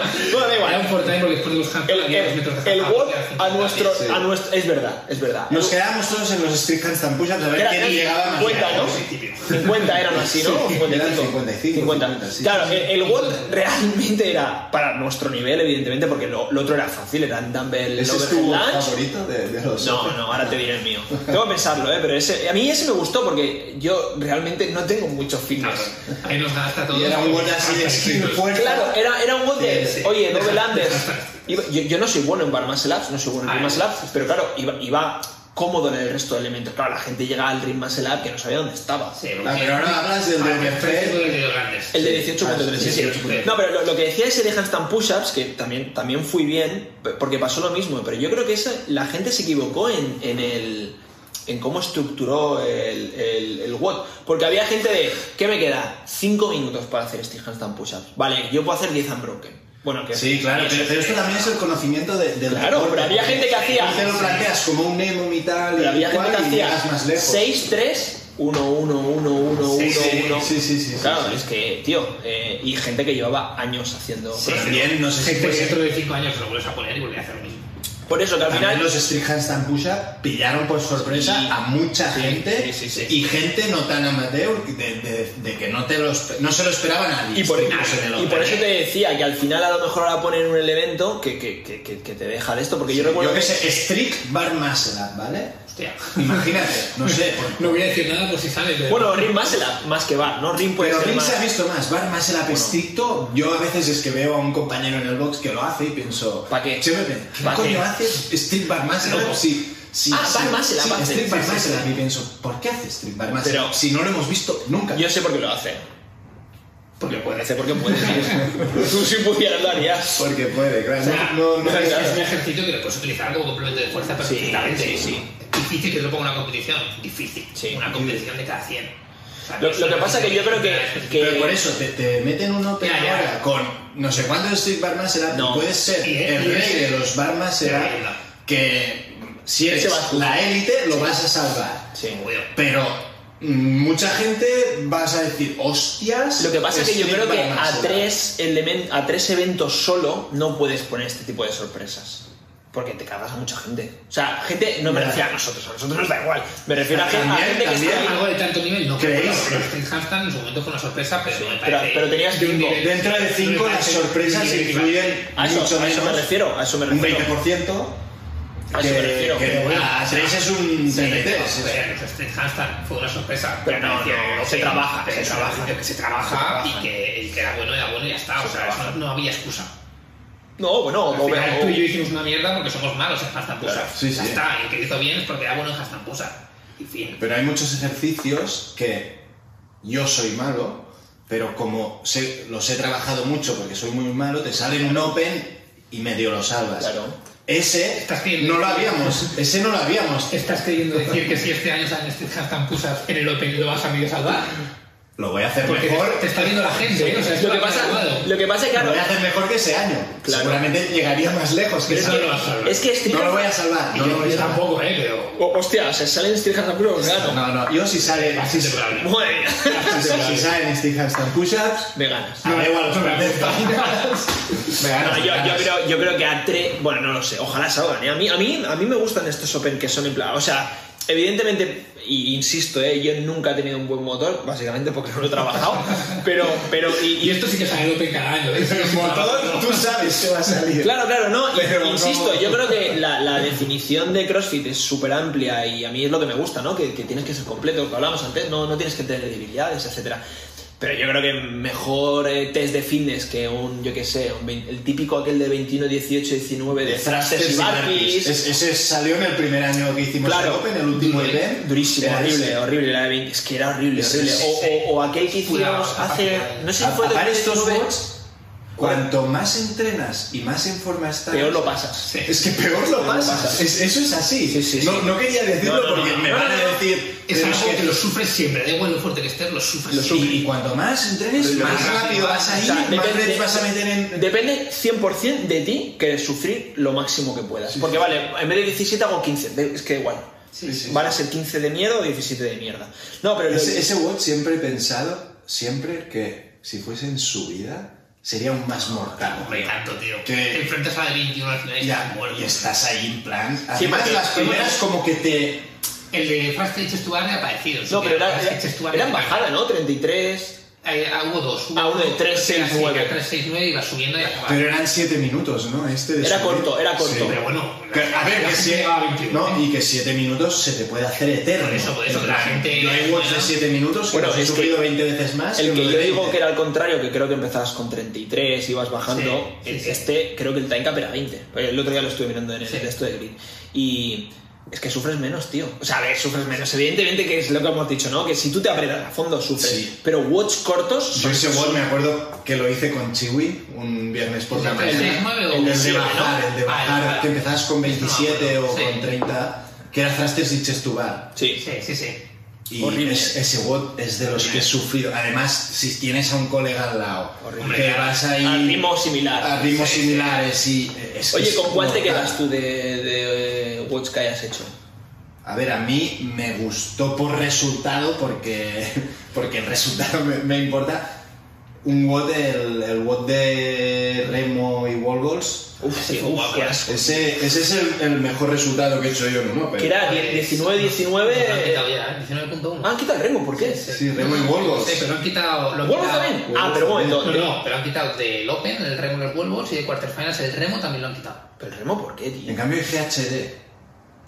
Bueno, da Era igual. un por time porque después de los El, handstand había dos el, metros de handstand, el WOD había cincuenta a nuestro, sí. a nuestro. Es verdad, es verdad. Nos quedamos todos en los strict handstand push-ups a ver Era- quién era llegaba más 50, lejos. ¿no? 50 eran así, ¿no? Sí, eran 55, 50, sí. Claro, el, el WOD realmente era para nuestro nivel, evidentemente, porque lo, lo otro era fácil, eran dumbbell ¿Ese es overhead tu lunge. favorito de, de los No, Open? no, ahora te diré el mío. Tengo que pensarlo, ¿eh? Pero ese, a mí ese me gustó porque yo realmente no tengo mucho fitness. Ahí nos ganaste a todos. Y era un buen así de skin fuerte. Claro, era, era un bot de, Sí, sí. oye, Deja- Double Under. deja- Iba- Yo, yo no soy bueno en bar muscle ups, no soy bueno en rim Ah, muscle ups, pero claro, iba, iba cómodo en el resto de elementos. Claro, la gente llega al rim muscle up que no sabía dónde estaba. Sí, Ah, pero ahora hablas del de precio Refred. de los grandes. El de Sí. 18.3, Ah, sí, sí, sí. 18.3. No, pero lo, lo que decía ese de handstand push-ups, que también, también fui bien, p- porque pasó lo mismo, pero yo creo que esa, la gente se equivocó en, en el en cómo estructuró el, el, el WOD. Porque había gente de, ¿qué me queda? 5 minutos para hacer este handstand push-ups. Vale, yo puedo hacer 10 unbroken. Bueno, que Sí, claro, pero, pero esto también es el conocimiento de, del Claro, deporte, pero había porque gente que hacía- tú Te lo planteas como un Nemo y tal, Pero y había gente cual, que y hacía llegas más lejos. 6, 3, 1, 1, 1, 1, 1, Sí, sí, 1. sí, sí, sí, Claro, sí. es que, tío, eh, y gente que llevaba años haciendo. Sí. crossfit. También, no sé si Gente que fue- dentro de 5 años lo vuelves a poner y vuelve a hacer lo mismo. Por eso que al También final. los strict handstand push-up pillaron por sorpresa Sí. a mucha Sí, gente sí, sí, sí. y gente no tan amateur de, de- de que no, te lo espe- no se lo esperaba nadie. Y por, Este tipo se lo y por eso merece. te decía que al final a lo mejor ahora ponen un elemento que, que, que, que- que te deja de esto, porque yo recuerdo Yo que sé, strict bar muscle up, ¿vale? Hostia. Imagínate, no sé. por- No voy a decir nada por si sale. pero- Bueno, Rim más, el app, más que bar, ¿no? Rim puede Pero ser Ring más- se ha visto más, Bar más el app Bueno. estricto. Yo a veces es que veo a un compañero en el box que lo hace y pienso. ¿Pa qué? "Che, Pepe, ¿qué ¿Pa coño qué? haces? Strip Bar más el No. app. Sí, sí, Ah, sí. Bar más el app, Sí, hace. Strip Sí, Bar sí, más sí. el app. Y pienso, ¿por qué haces Strip Bar más el Pero- app? Si no lo hemos visto nunca. Yo sé por qué lo hace. Porque puede, sé por qué puede. tío. Tú si pudieras lo harías. Porque puede, claro. O sea, no, no, no es, es- es un ejercicio que lo puedes utilizar como complemento de fuerza Sí, perfectamente. sí, sí. Difícil que te lo ponga una competición. Difícil. Sí. Una competición de cada 100. O sea, Lo- es lo una que pasa que yo creo que- competición que- Pero por eso, te, te meten un open Ya, ya. ahora con no sé cuántos strip bar más será, No. puedes ser Y- el y- rey de los bar más Ya, será ya. que si eres Ese vas tú. la élite lo vas a salvar. Sí. Obvio. Pero mm, mucha gente vas a decir, hostias. Lo que pasa es que yo strip creo que bar más a será". tres, elemen- a tres eventos solo no puedes poner este tipo de sorpresas. Porque te cagas a mucha gente. O sea, gente, no me Ya. refiero a nosotros, a nosotros nos da igual. Me refiero a, gente- a También, gente que también. está Algo de tanto nivel no. ¿Creéis? Pero el handstand en su momento fue una sorpresa, pero me Pero, parece... pero tenías de un cinco. nivel. Dentro de cinco las sorpresas incluyen A eso, mucho a eso me menos, refiero, a eso me Un refiero. 20%. A eso me refiero. que Pero bueno, a tres es un Ah, Sí, pues, pero, 33. pero el street handstand fue una sorpresa. Pero no, Parecía no, que se trabaja, pero se es un trabaja. ejercicio que se Se trabaja trabaja. y que el que era bueno era bueno y ya está. Se o sea, trabaja. eso no, no había excusa. No, bueno, Al o- final o- tú y yo hicimos una mierda porque somos malos en handstand push-up. Claro, sí, ya sí. está, el que hizo bien es porque era bueno en handstand push-up. Y fin. Pero hay muchos ejercicios que yo soy malo, pero como sé- los he trabajado mucho porque soy muy malo, te salen un open y medio lo salvas. Claro. Ese Estás bien. no lo habíamos, ese no lo habíamos. ¿Estás queriendo decir que si este año salen street handstand push-ups en el Open lo vas a medio salvar? Lo voy a hacer Porque mejor. te está viendo la gente, ¿eh? O sea, es lo, que lo pasa, adecuado. lo que pasa es que Lo voy a claro, hacer mejor que ese año. Claro. Seguramente llegaría más lejos que Pero ese no lo año. vas a salvar. es que Street No lo voy a salvar. No lo voy a Yo salvar. tampoco, ¿eh? Pero... O- Hostia, se salen Street Hands Puro, gano. No, no. Yo si sale, si, Bastante probable. Madre mía. si salen stick handstand push-ups, Me ganas. me da igual los No, no, no. No, Me ganas, yo, me yo ganas. creo, yo creo que a tres. Bueno, no lo sé. Ojalá salgan. ¿eh? A, mí, a, mí, a mí me gustan estos Open que son en plan. O sea, Evidentemente, y insisto, ¿eh? yo nunca he tenido un buen motor, básicamente porque no lo he trabajado, pero, pero y, Y esto sí que sale el Open cada año. ¿eh? El motor, tú sabes que va a salir. Claro, claro, no. y- Pero no- insisto, yo creo que la, la definición de CrossFit es súper amplia y a mí es lo que me gusta, ¿no? Que, que tienes que ser completo, lo que hablábamos antes, no, no tienes que tener debilidades, etcétera. Pero yo creo que mejor eh, test de fitness que un, yo qué sé, un vein- el típico aquel de 21, 18, 19 de thrusters y burpees. Es- Ese salió en el primer año que hicimos Claro. el Open, el último Durísimo, event. Durísimo, Era horrible, ese. horrible. La de 20, es que era horrible, Sí, horrible. sí, O, o- o aquel que Una hicimos hace. capacidad. No sé si A- fue Aparte de estos 2019, bots, cuanto más entrenas y más en forma estás, Peor lo pasas. Es que peor lo pasas. Es- eso es así. Sí, sí, sí. No, no quería decirlo No, no, porque no, me no, van no, a no. decir. Es "Pero algo que, lo sufres siempre, da igual lo fuerte que estés, lo sufres lo siempre. sufre. Y cuanto más entrenes, Pero más lo- rápido vas a O ir, sea, más depende- veces vas a meter en. Depende 100% de ti que sufrir lo máximo que puedas. Porque vale, en vez de 17 hago 15. de- Es que da igual. Sí, sí, sí. Van a ser 15 de mierda o 17 de mierda. No, pero... lo- Ese, ese bot siempre he pensado, siempre que si fuese en su vida, sería un más mortal. Hombre, tanto, tío. Que- Te enfrentas a la de 21 al final y Ya, estás muerto. y estás ahí en plan. Sí, Además, porque- las primeras como que te. El de Fast H Stuart ha aparecido. sí no, que pero era, Fast era, H Stuart era en ha- bajada, ¿no? 33... Eh, ah, hubo dos. Ah, uno de tres, seis, nueve. 369 iba subiendo y acababa. Pero eran 7 minutos, ¿no? Este de Era subir. corto, era corto. Sí. Pero bueno, Que- a ver, que si- llegaba a 21. no, y que 7 minutos se te puede hacer eterno. Por eso, por eso, En la plan, gente- Yo hay watch de 7 minutos que Bueno, los he es que- subido 20 veces más. El que los yo de digo 20. que era al contrario, que creo que empezabas con 33, ibas bajando. Sí, sí, sí. Este creo que el time cap era 20. El otro día lo estuve mirando en el Sí. texto de Grid. Y es que sufres menos, tío. O sea, a ver, sufres menos. Evidentemente que es lo que hemos dicho, ¿no? Que si tú te aprietas a fondo, sufres. Sí. Pero watch cortos Yo son- ese watch me acuerdo que lo hice con Chiwi un viernes por la El mañana. de- El el de de- bajar, ¿no? el de Ah, el bajar, de- que empezabas con Eso no me 27 o acuerdo, sí. con 30, que era thrusters y chest to bar. Sí. Sí, sí, sí. Y Horrible. es- ese WOD es de los que he sufrido. Además, si tienes a un colega al lado, Horrible. que vas ahí Al ritmo similar. a ritmos Sí, sí. similares y... eh, es- Oye, es ¿con cuál te mortal. quedas tú de, de, eh, watch que hayas hecho? A ver, a mí me gustó por resultado, porque, porque el resultado me, me importa. Un WOD, el, el WOD de Remo y Wall Balls, Uf, Sí, tío, guau, uf, qué qué asco. asco. Ese, ese es el, el mejor resultado que he hecho yo en un Open. Que Pues, era 19-19... Lo han quitado ya, ¿eh? 19.1. Ah, han quitado el Remo, ¿por qué? Sí, Remo y Wall Balls. Sí, pero lo han quitado. Lo han ¿Vuelvo quitado- también? Ah, pero un momento. No, no, pero han quitado del Open, el Remo y los Wolves y de Quarterfinals el Remo también lo han quitado. ¿Pero el Remo por qué, En tío? cambio, el GHD.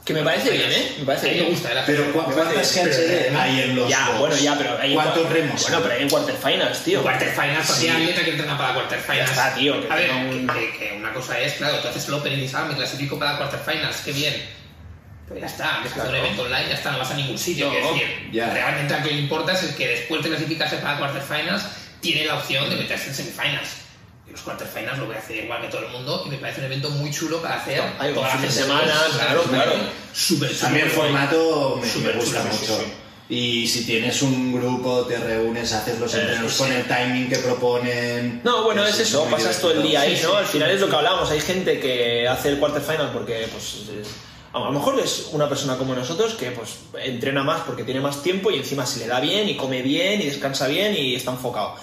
Que me parece bien, ¿eh? Me parece A mí bien. me Ah, gusta, era Pero ¿cu- ¿cuántas Pero- GHD hay en los ya, box? bueno, ya, pero hay ¿Cuántos remos? Bueno, pero hay en quarterfinals, tío. Quarterfinals, Sí. sí. atleta pues, que entrena para quarterfinals. Ya está, tío, que a ver, tenga un- que, que una cosa es, claro, tú haces el Open y dices, ah, me clasifico para quarterfinals, qué bien. Pero ya está, dejas Claro. un evento online, ya está, no vas a ningún sitio. No, quiero decir, ya. realmente lo que importa es que después de clasificarse para quarterfinals, tiene la opción de meterse en semifinals. Y los quarterfinals lo voy a hacer igual que todo el mundo y me parece un evento muy chulo para hacer. Hay un toda la fin de gente. semana, claro, claro. Súper, súper También el guay. formato me- me, Súper gusta chulo, sí, mucho. sí. Y si tienes un grupo, te reúnes, haces los Eso entrenos Eh, sí. con el timing que proponen. No, bueno, es eso, muy pasas todo el día ahí, divertido. ¿no? Sí, sí, Al final es lo que hablábamos, hay gente que hace el quarterfinal porque, pues, eh, a lo mejor es una persona como nosotros que, pues, entrena más porque tiene más tiempo y encima se le da bien y come bien y descansa bien y está enfocado.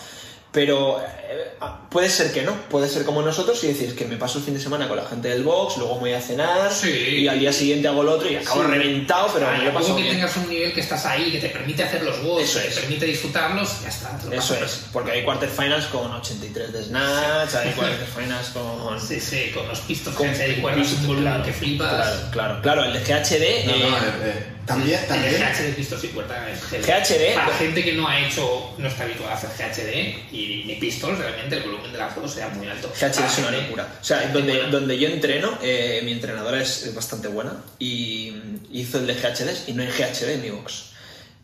Pero eh, ah, puede ser que no, puede ser como nosotros y decir que me paso el fin de semana con la gente del box, luego me voy a cenar Sí. y al día siguiente hago lo otro y acabo reventado, pero Ah, me lo he pasado luego que bien. tengas un nivel que estás ahí, que te permite hacer los gols, Eso que es. te permite disfrutarlos, ya está. te lo Eso pasas. es, porque hay quarterfinals con 83 de snatch, hay quarterfinals con... Sí, sí, con los pistos Con con el cuerno es un volumen que flipas. Claro, claro, claro, el de GHD... No, no, eh, eh, eh, también, El también. GHD de pistos y cuerda es heavy. GHD. Para gente que no ha hecho, no está habituada a hacer GHD y ni pistols, realmente el volumen de las dos sea muy alto. Ah, GHD ah, es una Para locura. gente- O sea, donde, Bueno, donde yo entreno, eh, mi entrenadora es, es bastante buena y mm, hizo el de GHD y no hay GHD en mi box.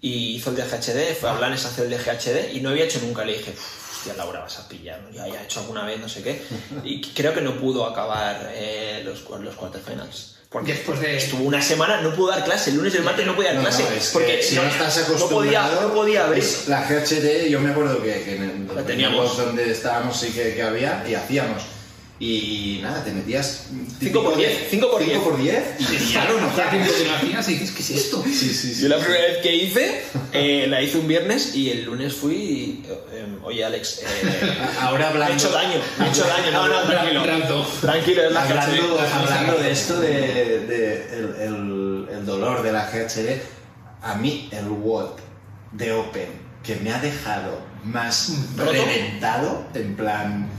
Y hizo el de GHD, Ah. fue a Blanes a hacer el de GHD y no había hecho nunca. Le dije, "Uf, hostia, Laura, vas a pillar, ¿no? ya, ya he hecho alguna vez, no sé qué. Y creo que no pudo acabar eh, los, cu- los quarterfinals. Porque Después de- estuvo una semana, no pudo dar clase, el lunes y el martes no podía dar No, no, clase. es que porque si no, estás no podía, acostumbrado, no podía abrir. es La GHD, yo me acuerdo que, que en el La teníamos. donde estábamos sí que, que había y hacíamos. Y nada, te metías. Cinco por típico de- diez, cinco por cinco diez. por diez, Y ya no Hace notas. tiempo que lo hacías y dices, ¿qué es esto? Sí, sí, sí. Yo la primera vez que hice, eh, la hice un viernes y el lunes fui y, eh, oye Alex, eh, Ahora me he hablando. hecho daño, me he hecho daño, no, no, tranquilo, Rato. tranquilo, es la hablando, cachorra. hablando de esto, de, de el, el- el dolor de la GHD, a mí el WOD de Open que me ha dejado más ¿Roto? reventado, en plan,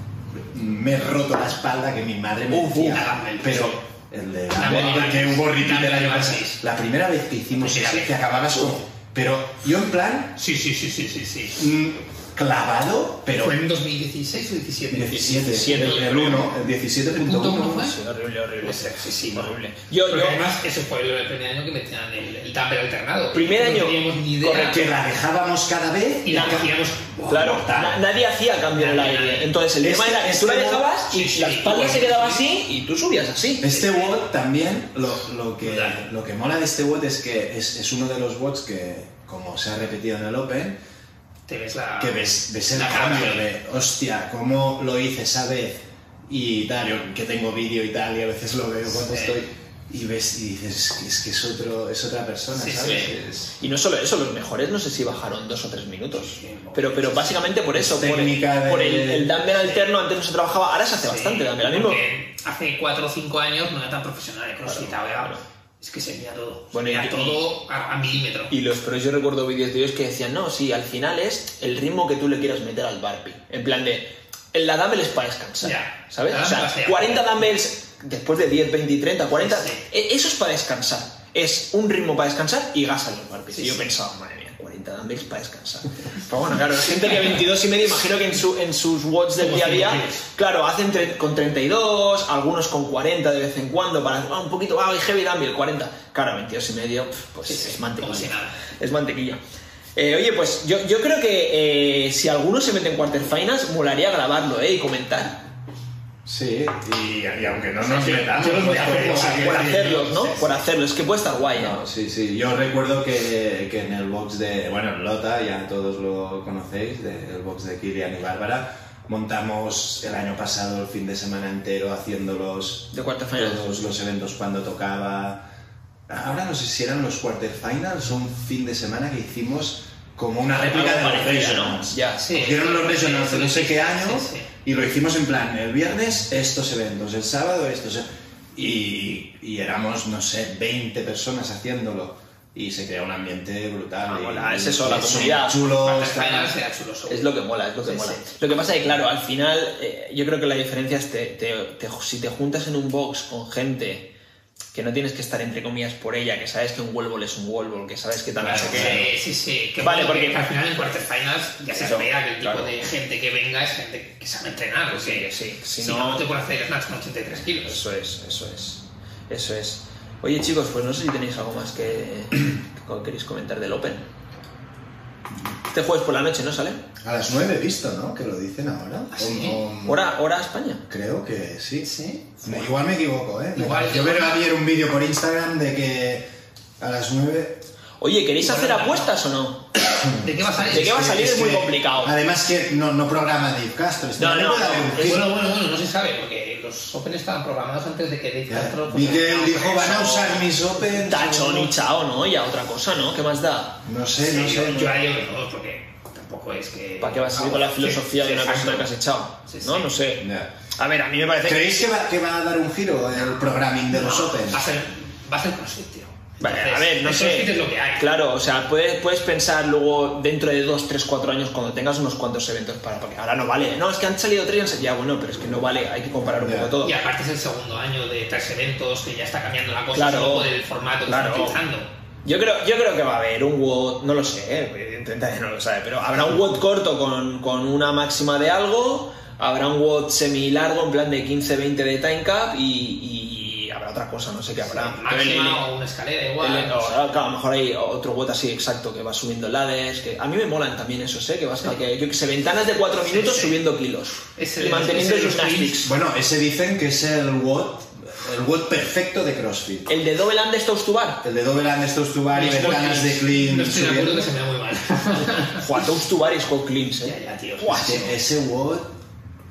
me he roto la espalda que mi madre me decía, Dumbbell, pero sí. el de Dumbbell, la porque hubo Dumbbell, repeat del año Dumbbell, pasado. sí. La primera vez que hicimos Sí, ese, sí. que acababas con... Pero yo en plan, Sí, sí, sí, sí, sí, sí. mm, clavado, pero... ¿Fue en 2016 o 17? 17, 17, el, el 1, el 17.1 ¿Punto fue? Sí, horrible, horrible, Sí, sí, sí, horrible. Yo, Porque yo, además, eso fue el primer año que metían el, el dumbbell alternado. Primer año. No teníamos ni idea. Correcto. que la dejábamos cada vez Y la acá- hacíamos. claro, mortal. na- nadie hacía cambio en el Nadie, aire, nadie. entonces el Este- tema era que tú la este- dejabas y sí, sí, la espalda sí. se quedaba así y tú subías así. Este WOD también, lo, lo que, Eh, Dale. lo que mola de este WOD es que es, es uno de los WODs que, como se ha repetido en el Open, Te ves la. que ves, ves el Ah, la cambio cara. de, hostia, cómo lo hice esa vez y tal, yo que tengo vídeo y tal, y a veces lo veo cuando Sí. estoy, y ves y dices, es que es, que es otro, es otra persona, Sí, ¿sabes? sí. Es Y no solo eso, los mejores no sé si bajaron dos o tres minutos. Sí, no. Pero, pero básicamente por eso, por, el, técnica de- por el, el dumbbell alterno antes no se trabajaba, ahora se hace bastante Sí, dumbbell. Ahora mismo porque Hace 4 o 5 años no era tan profesional el CrossFit, Claro, ahora claro. Es que se veía todo. Bueno, Bueno, era y- todo a, a milímetro. Y los pros, yo recuerdo vídeos de ellos que decían, no, sí, al final es el ritmo que tú le quieras meter al burpee. En plan de, en la dumbbell es para descansar, Ya. ¿sabes? La O dumbbell sea, sea. 40 dumbbells después de 10, 20 y 30, 40, Sí. e- eso es para descansar. Es un ritmo para descansar y gas al burpee. Sí, y yo sí. pensaba, madre mía, 40 dumbbells para descansar. Pero bueno, claro, la gente que 22 y medio, imagino que en, su, en sus watts del Como día a día, cinco kilos. claro, hacen tre- con 32, algunos con 40 de vez en cuando, para ah, un poquito, ah, y heavy dumbbell, 40. Claro, 22 y medio, pues Sí, sí, es mantequilla. como si nada. Es mantequilla. Eh, oye, pues yo, yo creo que eh, si alguno se mete en quarterfinals, molaría grabarlo eh, y comentar. Sí, y, y aunque no nos Sí, sí. metamos, Yo los voy a hacer, podemos o sea, hacer- Por sí, hacerlos, ¿no? sí, sí. Por hacerlo, es que puede estar guay. ¿eh? ¿no? No, sí, sí. Yo recuerdo que, que en el box de. Bueno, en Lota, ya todos lo conocéis, del box de Kilian y Bárbara, montamos el año pasado el fin de semana entero haciendo los, De quarterfinals. todos los eventos cuando tocaba. Ahora no sé si eran los quarterfinals o un fin de semana que hicimos como una réplica de Algo los parecido, ¿no? regionals. Ya, sí. Cogieron los regionals de no sé qué año Sí, sí. y lo hicimos en plan, el viernes estos eventos, el sábado estos. Y, y éramos, no sé, 20 personas haciéndolo. Y se crea un ambiente brutal. Ah, y- mola, es y eso, la son comunidad. chulos, Hasta tal. el final será chulo, seguro. Es lo que mola, es lo que Sí, mola. sí. Lo que pasa es que, claro, al final, eh, yo creo que la diferencia es te- te- te- si te juntas en un box con gente que no tienes que estar entre comillas por ella, que sabes que un wall ball es un wall ball, que sabes que tal, no sé Sí, qué. sí, sí. Que Vale, bueno, porque- que al final en quarterfinals ya se Eso, espera que el tipo claro. Pues de gente que venga es gente que sabe entrenar. Porque sí, si Si, no- no, te puede hacer snatch con 83 kilos. Eso es, eso es, eso es. Oye chicos, pues no sé si tenéis algo más que, que queréis comentar del Open. Este jueves por la noche, ¿no sale? A las 9 he visto, ¿no? Que lo dicen ahora. ¿Ah, sí? O- o- Hora, hora España. Creo que sí. Sí. No, igual me equivoco, ¿eh? Me Igual, pareció igual. ver ayer un vídeo por Instagram de que a las 9 Oye, ¿queréis Igual hacer no. apuestas o no? ¿De qué va a salir? ¿De qué va a Es que- salir? Es muy que- complicado. eh, este, Además que no, no programa Dave Castro. este No, hombre no, puede haber no, un es- hit. Bueno, bueno, bueno, no se sabe, porque los Open estaban programados antes de que Dave Ya, Castro... Vi que él pues, dijo, van a eso- usar mis Open. Tachón y chao, ¿no? Ya otra cosa, ¿no? ¿Qué más da? No sé, Sí, no yo, sé. yo a ello que no, porque tampoco es que... ¿Para qué vas a ir con la Sí, filosofía de Ah, sí, una persona exacto. que has echado? Sí, No, sí. no sé. Ya. A ver, a mí me parece que... ¿Creéis que va, que va a dar un giro el programming de los No, Open? Va a ser, va a ser CrossFit, tío. Vale, a Entonces, ver, no el CrossFit sé. es lo que hay. Claro, o sea, puedes, puedes pensar luego dentro de 2, 3, 4 años cuando tengas unos cuantos eventos para. Porque ahora no vale. No, es que han salido 3 y han salido. Ya, bueno, pero es que no vale. Hay que comparar un Ya. poco todo. Y aparte es el segundo año de tres eventos que ya está cambiando la cosa Claro. un poco del formato que Claro. están utilizando. Yo creo, yo creo que va a haber un WOD, no lo sé, eh, evidentemente nadie no lo sabe, pero habrá un WOD corto con, con una máxima de algo, habrá un WOD semi largo en plan de 15-20 de time cap y, y habrá otra cosa, no sé qué habrá. Pero el- el- Máxima o una escalera igual. El- o, claro, a lo mejor hay otro bot así exacto que va subiendo lades. Que a mí me molan también eso, sé que vas a que yo que sé, ventanas de 4 Sí, minutos sí. subiendo kilos Ese y de- manteniendo ese de los gymnastics. Bueno, ese dicen que es el WOD, el WOD perfecto de CrossFit. El de double unders to bar. El de doble and estos tubar y No estoy- ventanas de clean No estoy de acuerdo subiendo. que se me da muy mal. Juan, toast to bar y squat cleans, eh. ya, ya, tío. Buah, Es que Ese WOD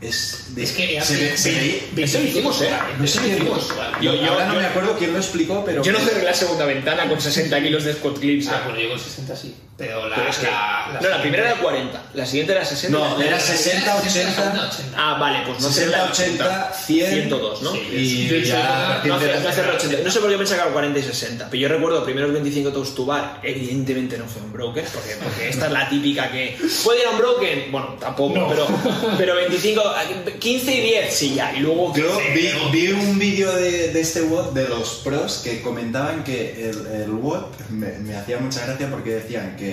es de- Es que se ve, se veía- Eso lo hicimos, ¿eh? No sé quién- hicimos. Yo- yo- ahora no yo- me acuerdo quién lo explicó, pero Yo no cerré la segunda ventana con 60 kilos de squat clips. Ah, ¿eh? bueno, yo con 60 sí. Pero la. Pero es que- la- no, la primera era 40, la siguiente era 60. No, la- era 60, 80, Ah, vale, pues no cerré 60, la 80, 100, 102, ¿no? Y Yo ya a ya- partir No, de cerré- la- no cerré 80. No sé por qué pensaba que era 40 y 60. Pero yo recuerdo primeros 25 toes to bar. Evidentemente no fue un broker, porque, porque esta es la típica que. ¿Puede ir a un broken? Bueno, tampoco, pero, pero 25, 15 y 10, sí, ya. Y luego. Yo Oh, vi, vi un vídeo de, de este WOD de los pros que comentaban que el, el WOD me, me hacía mucha gracia porque decían que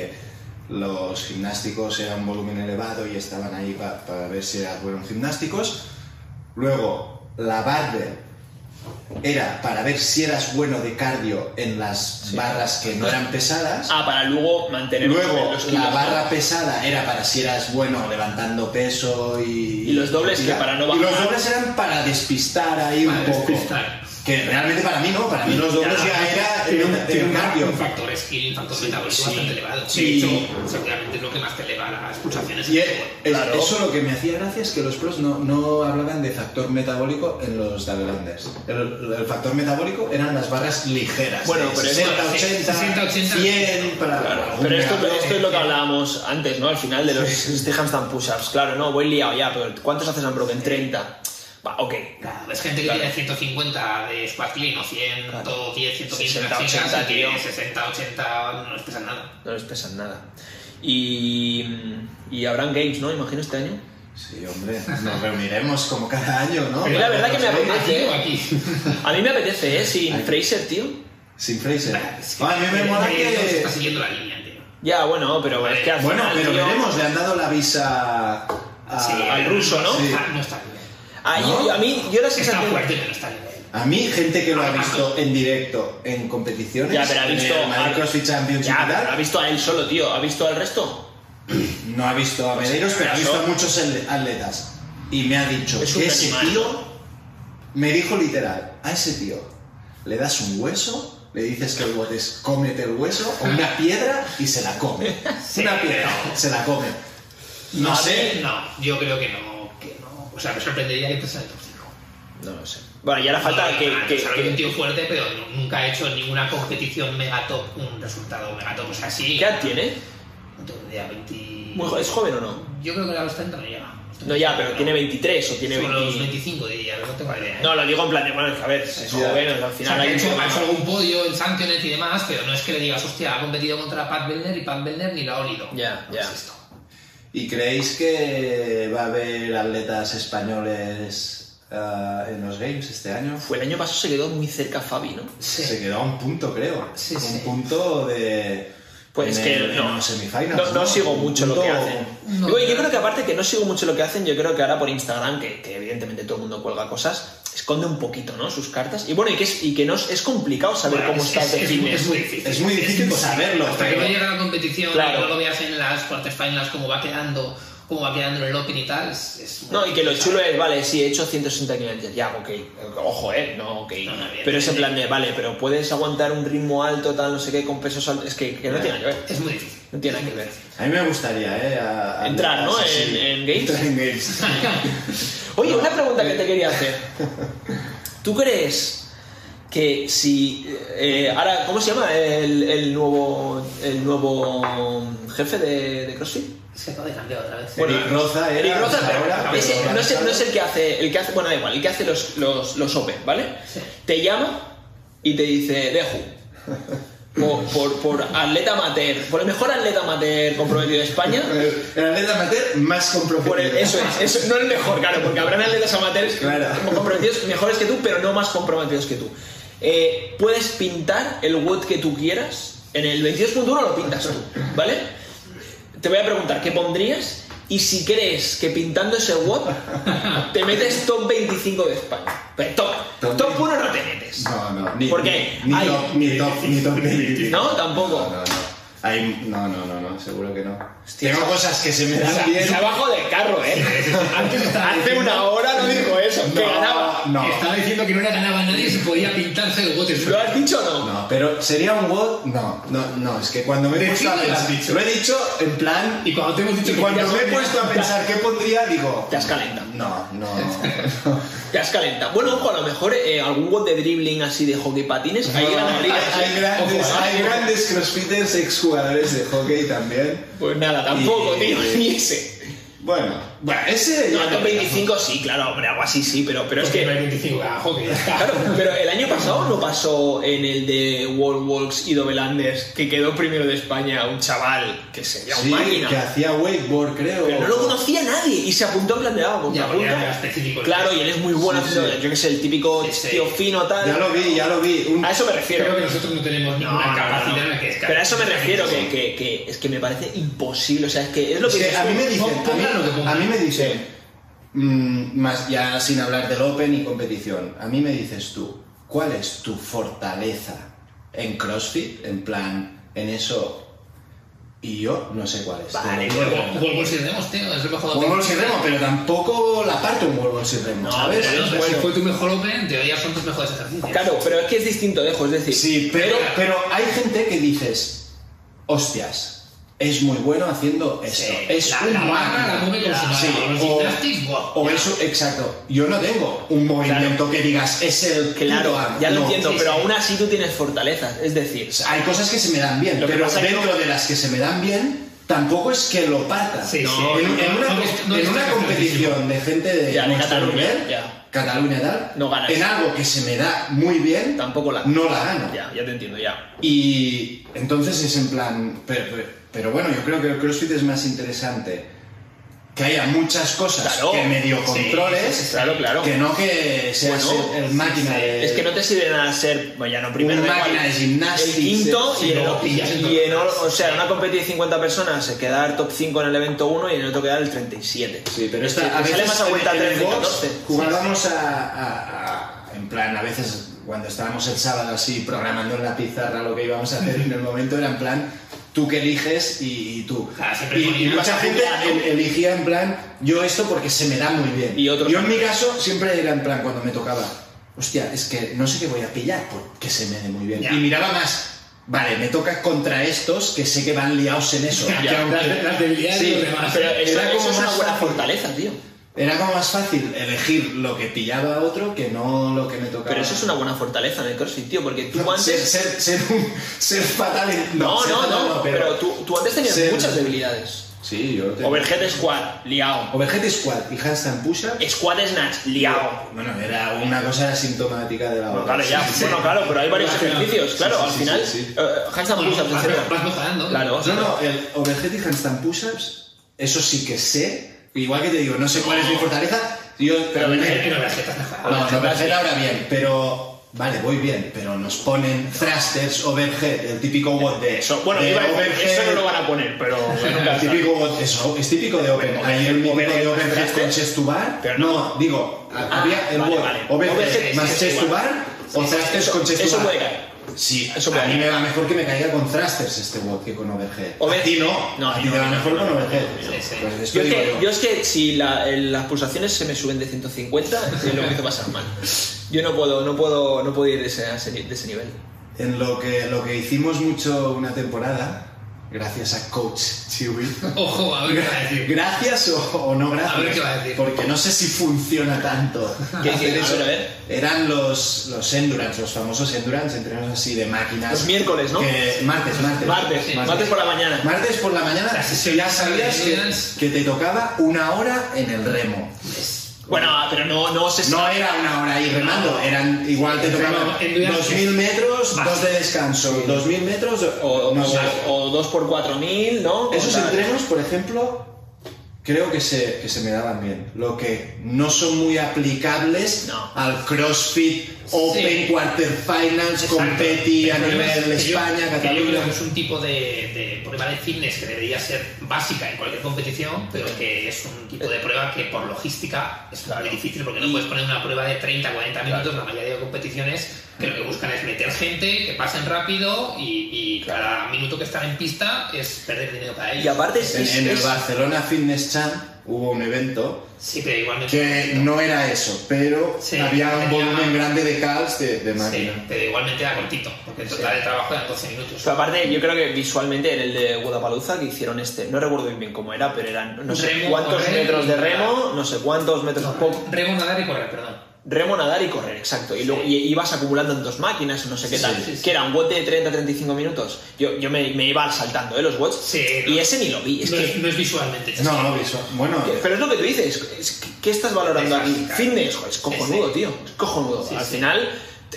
los gimnásticos eran volumen elevado y estaban ahí pa- para ver si eran buenos gimnásticos. Luego, la barbell era para ver si eras bueno de cardio en las barras que no eran pesadas. Ah, para luego mantener Luego, los kilos, la ¿no? barra pesada era para si eras bueno levantando peso y. Y los dobles, y ya. que para no Y los bajar. dobles eran para despistar ahí un Para poco. despistar. Que realmente para mí no, para mí los dobles ya era tiene era un- un- tiene era un un cambio. Un factor skill, un factor Sí, metabólico sí. bastante elevado. Sí. De hecho, seguramente es lo que más te eleva las pulsaciones. Y en es- fútbol. es- Claro. eso lo que me hacía gracia es que los pros no, no hablaban de factor metabólico en los Dallanders. El, el factor metabólico eran las barras ligeras. Bueno, de pero es- 60, 80, 60, 80, 100 para. Claro, algún pero esto, grado. esto es lo que hablábamos antes, ¿no? Al final de los este handstand push-ups. Claro, no, voy liado ya, pero ¿cuántos haces en broken? 30. Va, ok. Claro, es gente que Claro. tiene 150 de squat clean o 100, Claro. 110, 115 60, las chicas, 80, y que tío. 60, 80 no les pesa nada. No les pesan nada. Y, y habrán games, ¿no? Imagino este año. Sí, hombre, nos reuniremos como cada año, ¿no? Pero la verdad que me Aquí apetece. o ¿eh? aquí. A mí me apetece, ¿eh? Sin Ay. Fraser, tío. Sin Fraser. Es que Ah, a mí me mola Dios que. Está siguiendo la línea, tío. Ya, bueno, pero es que al Bueno, final, pero tío, veremos, le han dado la visa a. Sí, al ruso, ¿no? Ah, Sí. Ah, No está bien. Ah, yo- ¿No? yo- a mí, yo la Está sensación... fuerte, pero no está bien. A mí, gente que lo ha visto en directo en competiciones. Ah, Ya, pero ha visto... En el Madrid a- CrossFit Champions y ya, tal, pero ha visto a él solo, tío. ¿Ha visto al resto? No ha visto a Medeiros, pero ha Pues Eso. visto a muchos atle- atletas. Y me ha dicho Es un que ese animal. tío. Me dijo literal: a ese tío le das un hueso, le dices que el bote es cómete el hueso, o una piedra y se la come. una piedra, se la come. No, A sé. ver, No, yo creo que no. que no. O sea, me sorprendería que empezara el top 5. No lo sé. Bueno, y ahora falta que... Ah, que- o sea, que- un tío fuerte, pero nu- nunca he hecho en ninguna competición megatop un resultado megatop. O sea, sí. ¿Qué edad tiene? No tengo idea, 20. Muy jo- ¿Es joven o no? Yo creo que a los 30 no llega. No, ya, pero tiene 23 o tiene Sobre los 20... 25 diría, no tengo idea. ¿eh? No, lo digo en plan de, bueno, a ver, es joven, al O sea, final que ha hay... hecho, un- ha hecho algún podio en Championship y demás, pero no es que le digas, hostia, ha competido contra Pat Bellner y Pat Bellner ni la ha olido. Ya, No ya. es esto. ¿Y creéis que va a haber atletas españoles ah, en los Games este año? Fue el año pasado se quedó muy cerca Fabi, ¿no? Sí. Se quedó a un punto, creo. Sí, un sí. punto de. Pues en que el- en no. los semifinals, No, no sigo Un mucho lo que punto- hacen. No. Y, güey, yo creo que aparte que no sigo mucho lo que hacen, yo creo que ahora por Instagram, que, que evidentemente todo el mundo cuelga cosas, esconde un poquito, ¿no? Sus cartas. Y bueno, y que es, y que no, es- es complicado saber Bueno, cómo es- está es, el es, fitness. es muy difícil. Es muy difícil pues, que saberlo, Hasta que pero- no llega la competición, Claro. no lo veas en las quarterfinals, cómo va quedando, cómo va quedando en el Open y tal, es, es muy No, y que lo difícil chulo es, vale, sí, he hecho 160 kilómetros, ya, ok, ojo, eh, no, ok. No, no, bien, pero es en bien, plan de, vale, pero puedes aguantar un ritmo alto, tal, no sé qué, con pesos altos, es que, que no tiene nada que saber. ver, Es muy difícil. no tiene nada que ver. A mí me gustaría, ¿eh? a- a- Entrar, ¿no? sí, sí. En- en Games. Entrar en Games. Oye, una pregunta eh. que te quería hacer. ¿Tú crees que si... eh, ahora, ¿cómo se llama el, el nuevo el nuevo jefe de, de CrossFit? Es que acaba de cambiar otra vez. Eric Roza era Eric Roza, hasta pero ahora, pero ese- ahora no, es, está- no es el que hace... El que hace bueno, da igual, el que hace los, los, los Open, ¿vale? Sí. Te llama y te dice, Deju. Por, por, por atleta amateur, por el mejor atleta amateur comprometido de España, El- El atleta amateur más comprometido. Por el- eso es, eso, no el mejor, claro, porque habrán atletas amateurs Claro. comprometidos mejores que tú, pero no más comprometidos que tú. Eh, puedes pintar el WOD que tú quieras, en el 22.1 lo pintas tú, ¿vale? Te voy a preguntar, ¿qué pondrías? Y si crees que pintando ese WOD te metes top 25 de España. Pero top, Top top 1 no te metes. No, no. Ni, ¿Por qué? Ni, ni Ay. top, ni top, ni top 20. No, tampoco. No, no, no. Hay- no, no, no, no, seguro que no. Hostia, Tengo esa- cosas que se me dan Sa- bien. Trabajo del carro, ¿eh? Antes- Hace una hora no dijo eso, que ganaba. No, Estaba diciendo que no le ganaba a nadie y se podía pintarse el bote. ¿Lo has dicho o no? no, pero sería un WOD. No, no, no, es que cuando me he puesto a lo has pensar. dicho. Lo he dicho en plan. Y cuando te hemos dicho Y que cuando querías me he ganar- puesto a pensar qué pondría, digo. Te has calentado. No, no, no. Te has calentado. Bueno, ojo, a lo mejor eh, algún bot de dribbling así de hockey patines. Ahí era hay, Madrid. hay grandes, hay ¿eh? grandes crossfitters exjugadores de hockey también. Pues nada, tampoco, Y- tío, ni ese. Bueno, bueno, ese. No, ya- top 25 sí, claro, hombre, algo así sí, pero, pero es Porque no hay que... 25, ah, joder, ya está. Claro, pero el año pasado no pasó en el de World Walks y Dobelanders que quedó primero de España un chaval que sería un Sí, máquina. que hacía wakeboard, creo. Pero no lo conocía nadie y se apuntó en plan de, ah, pues me Ya, apunto. ya era específico. Claro, y él es muy bueno Sí, haciendo, sí. yo que sé, el típico Sí, sí. tío fino tal. Ya lo vi, ya lo vi. Un- A eso me refiero. Creo que nosotros no tenemos ninguna no, capacidad no. en la que Pero a eso me refiero, que, que- que es que me parece imposible. O sea, es que es lo Es que, que dices a mí tú. me dicen, pon- pongan lo que a mí, pongan. a mí me dicen, mm, más ya sin hablar del Open y competición, a mí me dices tú, ¿cuál es tu fortaleza en CrossFit? En plan, en eso. Y yo no sé cuál es. Vale, pues, Te lo digo. Vuelvo vuelvo sin remos, tío. Es el mejor Wall open. Balls y remo, pero tampoco la parte un wall balls y remo, No, ¿sabes? pero Bueno, Si Bueno. fue tu mejor open, En teoría son tus mejores ejercicios. Claro, pero es que es distinto, dejo, es decir. Sí, pero, pero hay gente que dices, hostias, es muy bueno haciendo esto. Sí, es la- un la barra máquina". la come con su mano, Sí, los o- gimnastics, buah, O ya. eso, exacto. Yo no tengo un movimiento que digas, es el Claro, puto amo". ya lo No. entiendo, Sí, pero sí. aún así tú tienes fortalezas. Es decir, O sea, Hay cosas que se me dan bien, Lo que pero pasa que dentro de las que se me dan bien, tampoco es que lo parta. Sí, No, sí. en, en No, una, no es- no en es una tan competición de gente de, Ya, de nuestro Cataluña, nivel, ya. Cataluña y tal, No ganas. en algo que se me da muy bien, tampoco la. no la gano. Ya, ya te entiendo, ya. Y entonces es en plan, pero, pero- pero bueno, yo creo que el CrossFit es más interesante que haya muchas cosas Claro. que medio Sí, controles, sí, sí, claro, claro. que no que seas Bueno, el, el máquina de... Es que no te sirve nada ser, bueno, ya no primero. Un da eh, máquina igual. de gimnastics, El quinto sí, y, en, no, y- pillas en y en- todas. o sea, en una competición de 50 personas se quedar top 5 en el evento 1 y en el otro quedar el 37. Sí, pero esta, Sí, a te sale veces más a vuelta en el 13, box 14. Jugábamos a, a- a- En plan, a veces cuando estábamos el sábado así programando en la pizarra lo que íbamos a hacer en el momento era en plan, tú que eliges y, y tú. Ah, siempre y, y ponían mucha la gente familia, el- elegía en plan, yo esto porque se me da muy bien. Y otros yo en mi caso siempre era en plan cuando me tocaba, hostia, es que no sé qué voy a pillar porque se me dé muy bien. Ya. Y miraba más. Vale, me toca contra estos que sé que van liados en eso. Ya. Que aunque- las, las debilidades Sí, de los demás. Pero eso, Era como eso es una más buena fácil. fortaleza, tío. Era como más fácil elegir lo que pillaba a otro que no lo que me tocaba. Pero eso es una buena fortaleza en el CrossFit, tío, porque tú Ser, antes... ser, ser, un- ser fatal en... No, ser no, fatal no, pero, tú, tú antes tenías ser- muchas debilidades. Sí, yo lo tengo. Overhead squat, liao. Overhead squat y handstand push-up... Squat snatch, liao. Bueno, era una cosa sintomática de la Bueno, otra. claro, ya. Sí, sí. Bueno, claro, pero hay varios Sí, sí, ejercicios. Claro, sí, al sí, final, sí, sí. eh, handstand Bueno, push-ups, vas- etcétera. vas mejorando. Claro. No, no, el overhead y handstand push-ups, eso sí que sé. Igual que te digo, no sé cuál es mi fortaleza. Yo, Pero me- overhead, pero overhead está mejorando. No, no, overhead ahora bien, pero. Vale, voy bien, pero nos ponen thrusters, overhead, el típico bot de. Eso, bueno, de iba a decir, Eh, overhead, eso no lo van a poner, pero... el típico bot, eso, es típico de Open. Hay el mítico overhead, de overhead con thrusters. chest to bar. este. Pero no. no, digo, Ah, había el vale, bot vale. overhead, Overhead, más sí, chest sí, to bar o thrusters Eso- con chest eso to bar. puede caer. Sí, Eso a puede mí caer. me va mejor que me caiga con thrusters este bot que con overhead. Overhead- A ti no, No, a a ti mí te no, va no, mejor no, con no, overhead. sí, sí. Pues esto Yo es, digo que, yo. yo es que si la- el- las pulsaciones se me suben de 150, es lo empiezo a pasar mal. Yo no puedo, no puedo, no puedo ir de ese, a ese- de ese nivel. En lo que, lo que hicimos mucho una temporada, gracias a Coach Chewy. Ojo, a ver qué va a decir. Gracias o, o no gracias. A ver qué va a decir. Porque no sé si funciona tanto. ¿Qué Ah, hacer hicieron? A eso. ver, a ver. Eran los, los endurance, los famosos endurance, entrenos así de máquinas. Los miércoles, ¿no? Que- martes, martes. Martes, Sí, martes por la mañana. Martes por la mañana Las sesiones ya sabías de que, endurance. que te tocaba una hora en el remo. Bueno, ah, pero no, no se No era una hora ahí remando, eran igual te tocaban Pero endurance 2.000 metros, Básico. dos de descanso, 2.000 metros O, o, no sé. o dos por cuatro mil, ¿no? Esos O tal. entrenos, por ejemplo, creo que se, que se me daban bien. Lo que no son muy aplicables No. al CrossFit Open, quarterfinals, Exacto. competi a Pero yo nivel creo- España, que yo creo que Cataluña. es un tipo de, de prueba de fitness que debería ser básica en cualquier competición, pero que es un tipo de prueba que por logística es muy difícil porque no puedes poner una prueba de 30, 40 minutos. La mayoría de competiciones que lo que buscan es meter gente, que pasen rápido y, y cada minuto que están en pista es perder dinero para ellos. Y aparte es, En, es- en el es- Barcelona Fitness Champ hubo un evento Sí, pero igualmente. que no era eso, pero Sí, había un tenía- volumen grande de calls de, de Sí, máquina. pero igualmente era cortito, porque el total de trabajo eran 12 minutos. pero aparte, yo creo que visualmente en el de Guadalajara que hicieron este, no recuerdo bien cómo era, pero eran no sé Remo, cuántos correr y- metros de remo, no sé cuántos metros No, pop, remo, nadar y correr, perdón. remo, nadar y correr, exacto. Y luego y- y ibas acumulando en dos máquinas, no sé qué tal, sí, sí. que era un bote de 30-35 minutos. Yo, yo me, me iba saltando, ¿eh? Los watts. Sí, y no. ese ni lo vi, es no, que... es, no es visualmente. es No, que- no, visual. Bueno, Que- Pero es lo que tú dices, es que- ¿qué estás valorando Es aquí? básica. Fitness, joder, es cojonudo, Sí. tío, es cojonudo. Sí, Al sí. final,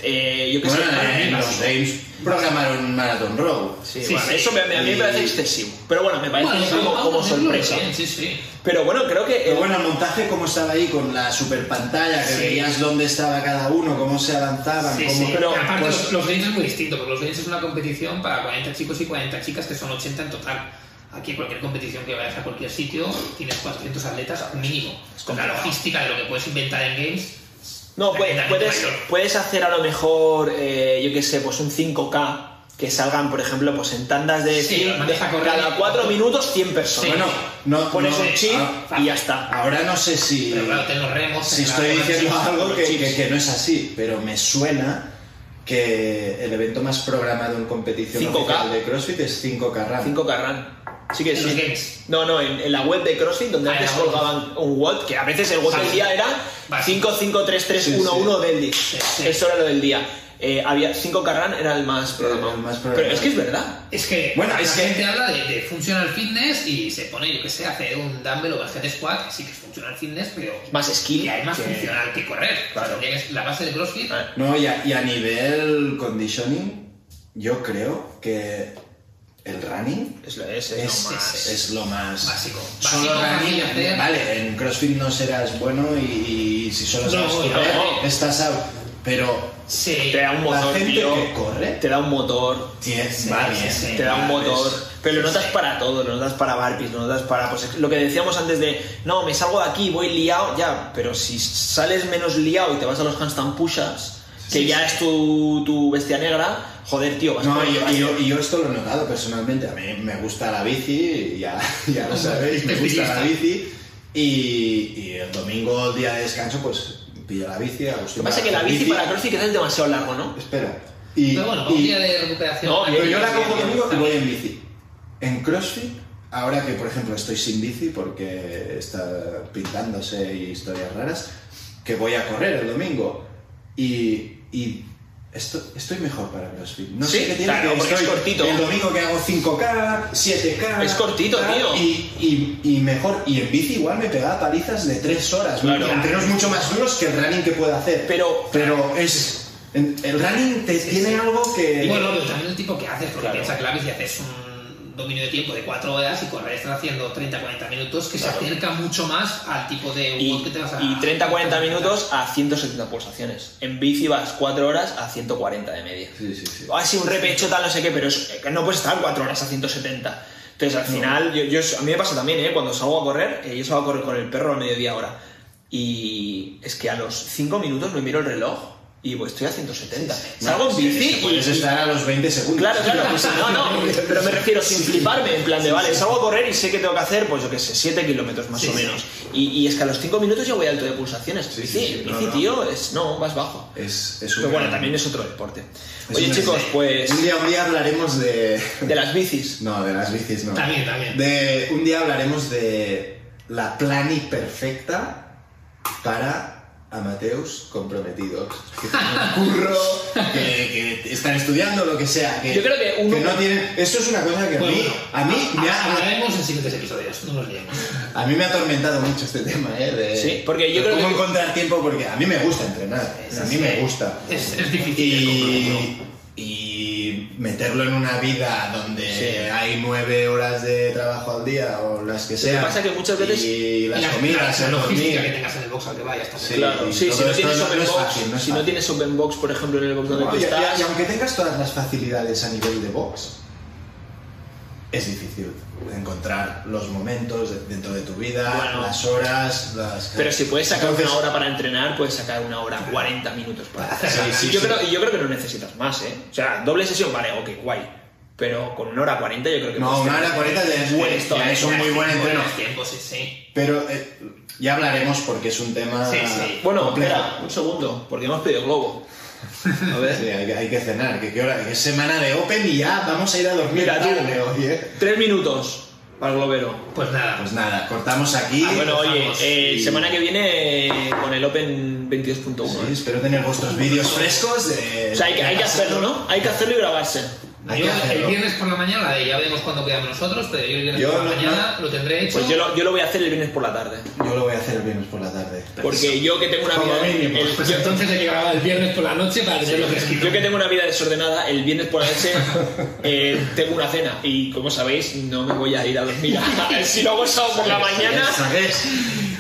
eh, yo qué sé, bueno, para mí en no. los Games programaron Marathon Row. Sí, Sí, bueno, sí. eso me, a mí me parece excesivo, pero bueno, me parece Bueno, como, vamos, como vamos, sorpresa. bien, sí, sí. Pero bueno, creo que... eh, Pero el- bueno, el montaje como estaba ahí con la super pantalla, que Sí. veías dónde estaba cada uno, cómo se avanzaban, Sí, cómo... sí. pero, aparte pues- los, los games es muy distinto, porque los games es una competición para 40 chicos y 40 chicas, que son 80 en total. Aquí cualquier competición que vayas a cualquier sitio, tienes 400 atletas mínimo. Con la logística de lo que puedes inventar en games. No, la puedes, gente puedes, mayor. puedes hacer a lo mejor, eh, yo qué sé, pues un 5K que salgan, por ejemplo, pues en tandas de, Sí, 100, lo mandas a de- correr. cada 4 minutos 100 personas. Sí. Bueno, no, Pues Pones no- un chip ah, y ya está. Ahora no sé si... Pero claro, tengo remos. Si en la- estoy diciendo algo que, chips. que- que no es así, pero me suena que el evento más programado en competición 5K. oficial de CrossFit es 5K Run. 5K run. Sí que En sí. los games. No, no, en, en la web de CrossFit, donde Ah, en antes la web. colgaban un WOD, que a veces el WOD Ah, del sí. día era Vale. 553311 del día. sí. Eso era lo del día. Eh, había 5K run era el más programado. el más Pero programado. es que es verdad. Es que Bueno, la es que- gente habla de, de functional fitness y se pone, yo que sé, hacer un dumbbell o el head squat, que sí que es functional fitness, pero Más skill. y hay más que- funcional que correr. Claro. O sea, es la base de CrossFit. Ah. No, y a, y a nivel conditioning, yo creo que el running Es lo es, es, es, lo más. es- es lo más Básico. Solo Básico, running, fácil de hacer. vale, en CrossFit no serás bueno y, y si solo No, sabes no, correr, no. estás out. Pero Sí. Te da un motor, la gente tío. que corre Te da un motor. tiene, Sí, va sí, bien, sí. Te da un va, motor, ves. pero lo Sí, notas sí. para todo, lo notas para barpees, lo notas para pues, lo que decíamos antes de, no, me salgo de aquí, voy liado, ya, pero si sales menos liado y te vas a los handstand pushas, que Sí, ya sí. es tu, tu bestia negra, joder, tío, vas No, por- y yo, y yo- y yo esto lo he notado personalmente. A mí me gusta la bici, ya, ya lo sabéis, me gusta la bici. Y, y el domingo, el día de descanso, pues pillo la bici. Lo que pasa es que la bici para CrossFit quizás es demasiado largo, ¿no? Espera. Y, Pero bueno, un y- día de recuperación. No, pero yo la Sí, cojo sí, domingo y sí. voy en bici. En CrossFit, ahora que por ejemplo estoy sin bici porque está pintándose y historias raras, que voy a correr el domingo. Y, y esto, estoy mejor para CrossFit. No Sí, sé qué tiene claro, que porque es estoy- cortito. El domingo que hago 5K, 7K. Es cortito, tal, tío. Y, y- y mejor. Y en bici igual me pegaba palizas de 3 horas. Claro. Entrenos mucho más duros que el running que pueda hacer. Pero- pero es. en- El running te tiene algo que. Y bueno, pero también el tipo que haces, porque Claro. piensa que la bici haces un dominio de tiempo de 4 horas y correr estás haciendo 30-40 minutos, que Claro. se acerca mucho más al tipo de Y, WOD que te vas a... y 30-40 minutos a 170 pulsaciones. En bici vas 4 horas a 140 de media. Sí, sí, sí. Ah, sí, un repecho tal, no sé qué, pero es- eh, no puedes estar 4 horas a 170. Entonces, al final, yo, yo- a mí me pasa también, ¿eh? Cuando salgo a correr, eh, yo salgo a correr con el perro a mediodía ahora. Y es que a los 5 minutos me miro el reloj y pues estoy a 170. Salgo en Sí, bici sí, y- Puedes y- estar a los 20 segundos. Claro, claro, pues, no, no, pero me refiero sin fliparme, en plan de, vale, salgo a correr y sé que tengo que hacer, pues yo qué sé, 7 kilómetros más Sí, o sí. menos. Y, y es que a los 5 minutos ya voy alto de pulsaciones. Sí, bici, sí, sí, no, bici, no. tío, es, no, vas bajo. Es, es un Pero bueno, gran- también es otro deporte. es Oye, un- chicos, pues Un día, un día hablaremos de. de las bicis. No, de las bicis no. También, también. De, un día hablaremos de la plani perfecta para amateurs comprometidos. Que tienen un curro, que, que están estudiando, lo que sea. Que, Yo creo que uno- no tienen. Esto es una cosa que a Pues Bueno, mí. A mí me ha. Hablaremos en siguientes episodios, no nos liemos. A mí me ha atormentado mucho este tema, ¿eh? De, Sí, porque yo de creo cómo que- encontrar tiempo, porque a mí me gusta entrenar, Sí, a mí sí. me gusta. Es, es difícil. el compromiso. Y, y y meterlo en una vida donde Sí. hay nueve horas de trabajo al día o las que sean. pasa que muchas veces- Y las la, comidas, la, el logística que dormir. tengas en el box al que vayas también. Sí. Claro, y sí, todo si no esto tienes no- no open es box, fácil, no es si no fácil. tienes open box, por ejemplo, en el box donde tú Y- y- estás, y aunque tengas todas las facilidades a nivel de box, es difícil encontrar los momentos de- dentro de tu vida, Bueno. las horas, las... pero si puedes sacar Entonces, una hora para entrenar, puedes sacar una hora 40 minutos para hacer. Sí, sí, y yo, sí. Creo, y yo creo que no necesitas más, ¿eh? O sea, doble sesión, vale, ok, guay. Pero con una hora 40 yo creo que... No, puedes una tener hora 40 es buen stock. es un muy buen entreno. Buenos tiempos, eh. sí, sí. Pero eh, ya hablaremos porque es un tema... Sí, sí. Bueno, complejo. espera, un segundo, porque hemos pedido globo. A ver... Sí, hay, que- hay que cenar, que qué hora, que es semana de Open y ya vamos a ir a dormir Mira, tú. tarde hoy, ¿eh? Tres minutos para el globero. Pues nada, Pues nada, cortamos aquí. Ah, Bueno, oye, Vamos, eh, y- semana que viene eh, con el Open 22.1. Sí, ¿eh? espero tener vuestros vídeos frescos eh. de... O sea, hay que, hay que hacerlo, ¿no? Hay que hacerlo y grabarse. Hay yo que hacerlo. el viernes por la mañana, eh, ya vemos cuándo quedamos nosotros, pero yo el viernes Yo por la no- mañana lo tendré hecho. Pues yo lo, yo lo voy a hacer el viernes por la tarde. Yo lo voy a hacer el viernes por la tarde. Porque yo que tengo una Como vida. mínimo. el- Pues yo, entonces hay que grabar el viernes por la noche para tenerlo fresquito. yo que tengo una vida desordenada, el viernes por la noche eh, tengo una cena. Y como sabéis, no me voy a ir a dormir. si lo hago sábado por la mañana. ¿Sabes?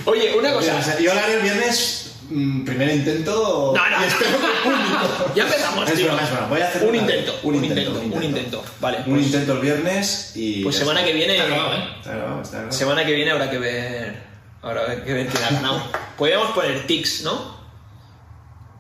Oye, una Mira, o cosa. sea, yo lo haré el viernes, mm, primer intento. No, no, y espero que público. Ya empezamos, Es tío. broma, es broma. Voy a hacer Un una- intento, un intento, un intento. Vale, Un pues- intento el viernes y. Pues ya semana está. que viene. Está grabado, ¿eh? Está grabado, está grabado. Semana que viene habrá que ver. Habrá que ver quién ha ganado. Podríamos poner tics, ¿no?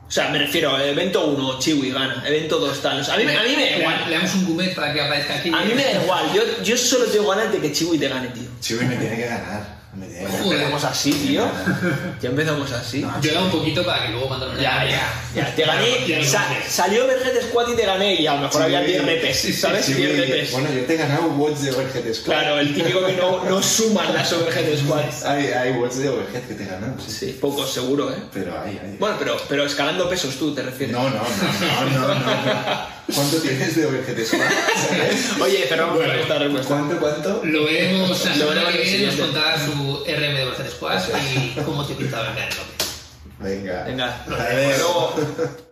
O sea, me refiero, evento 1, Chiwi gana, evento 2, tal. O sea, a, mí, me- a mí me da Le- igual. Le damos un gourmet para que aparezca aquí. A mí me da igual. Yo, yo solo tengo ganas de que Chiwi te gane, tío. Sí, güey, me tiene que ganar. Me tiene que ganar. Joder. Empezamos así, tío. Ya empezamos así. No, Yo he dado un poquito para que luego mandar una. Ya, ya, ya. Te gané. Ya, sa- salió Verget Squad y te gané. Y a lo mejor había Sí, 10 repes, ¿sabes? sí, 10 güey. repes. Bueno, yo te he ganado watts de Overhead Squad. Claro, el típico que no, no suman las Overhead Squad. Hay, hay watts de Overhead que te he ganado, sí. Sí, pocos seguro, ¿eh? Pero hay, hay. Bueno, pero, pero escalando pesos tú, te refieres. No, no, no, no, no, no. ¿Cuánto tienes de Overhead Squad? ¿Sabes? Oye, cerramos Bueno, con esta respuesta. ¿Cuánto, cuánto? Lo vemos la Lo semana veremos que el viene, nos siguiente. contará su RM de Barcelona Squad y cómo te pintaba el verano. Venga. Venga, Adiós. luego.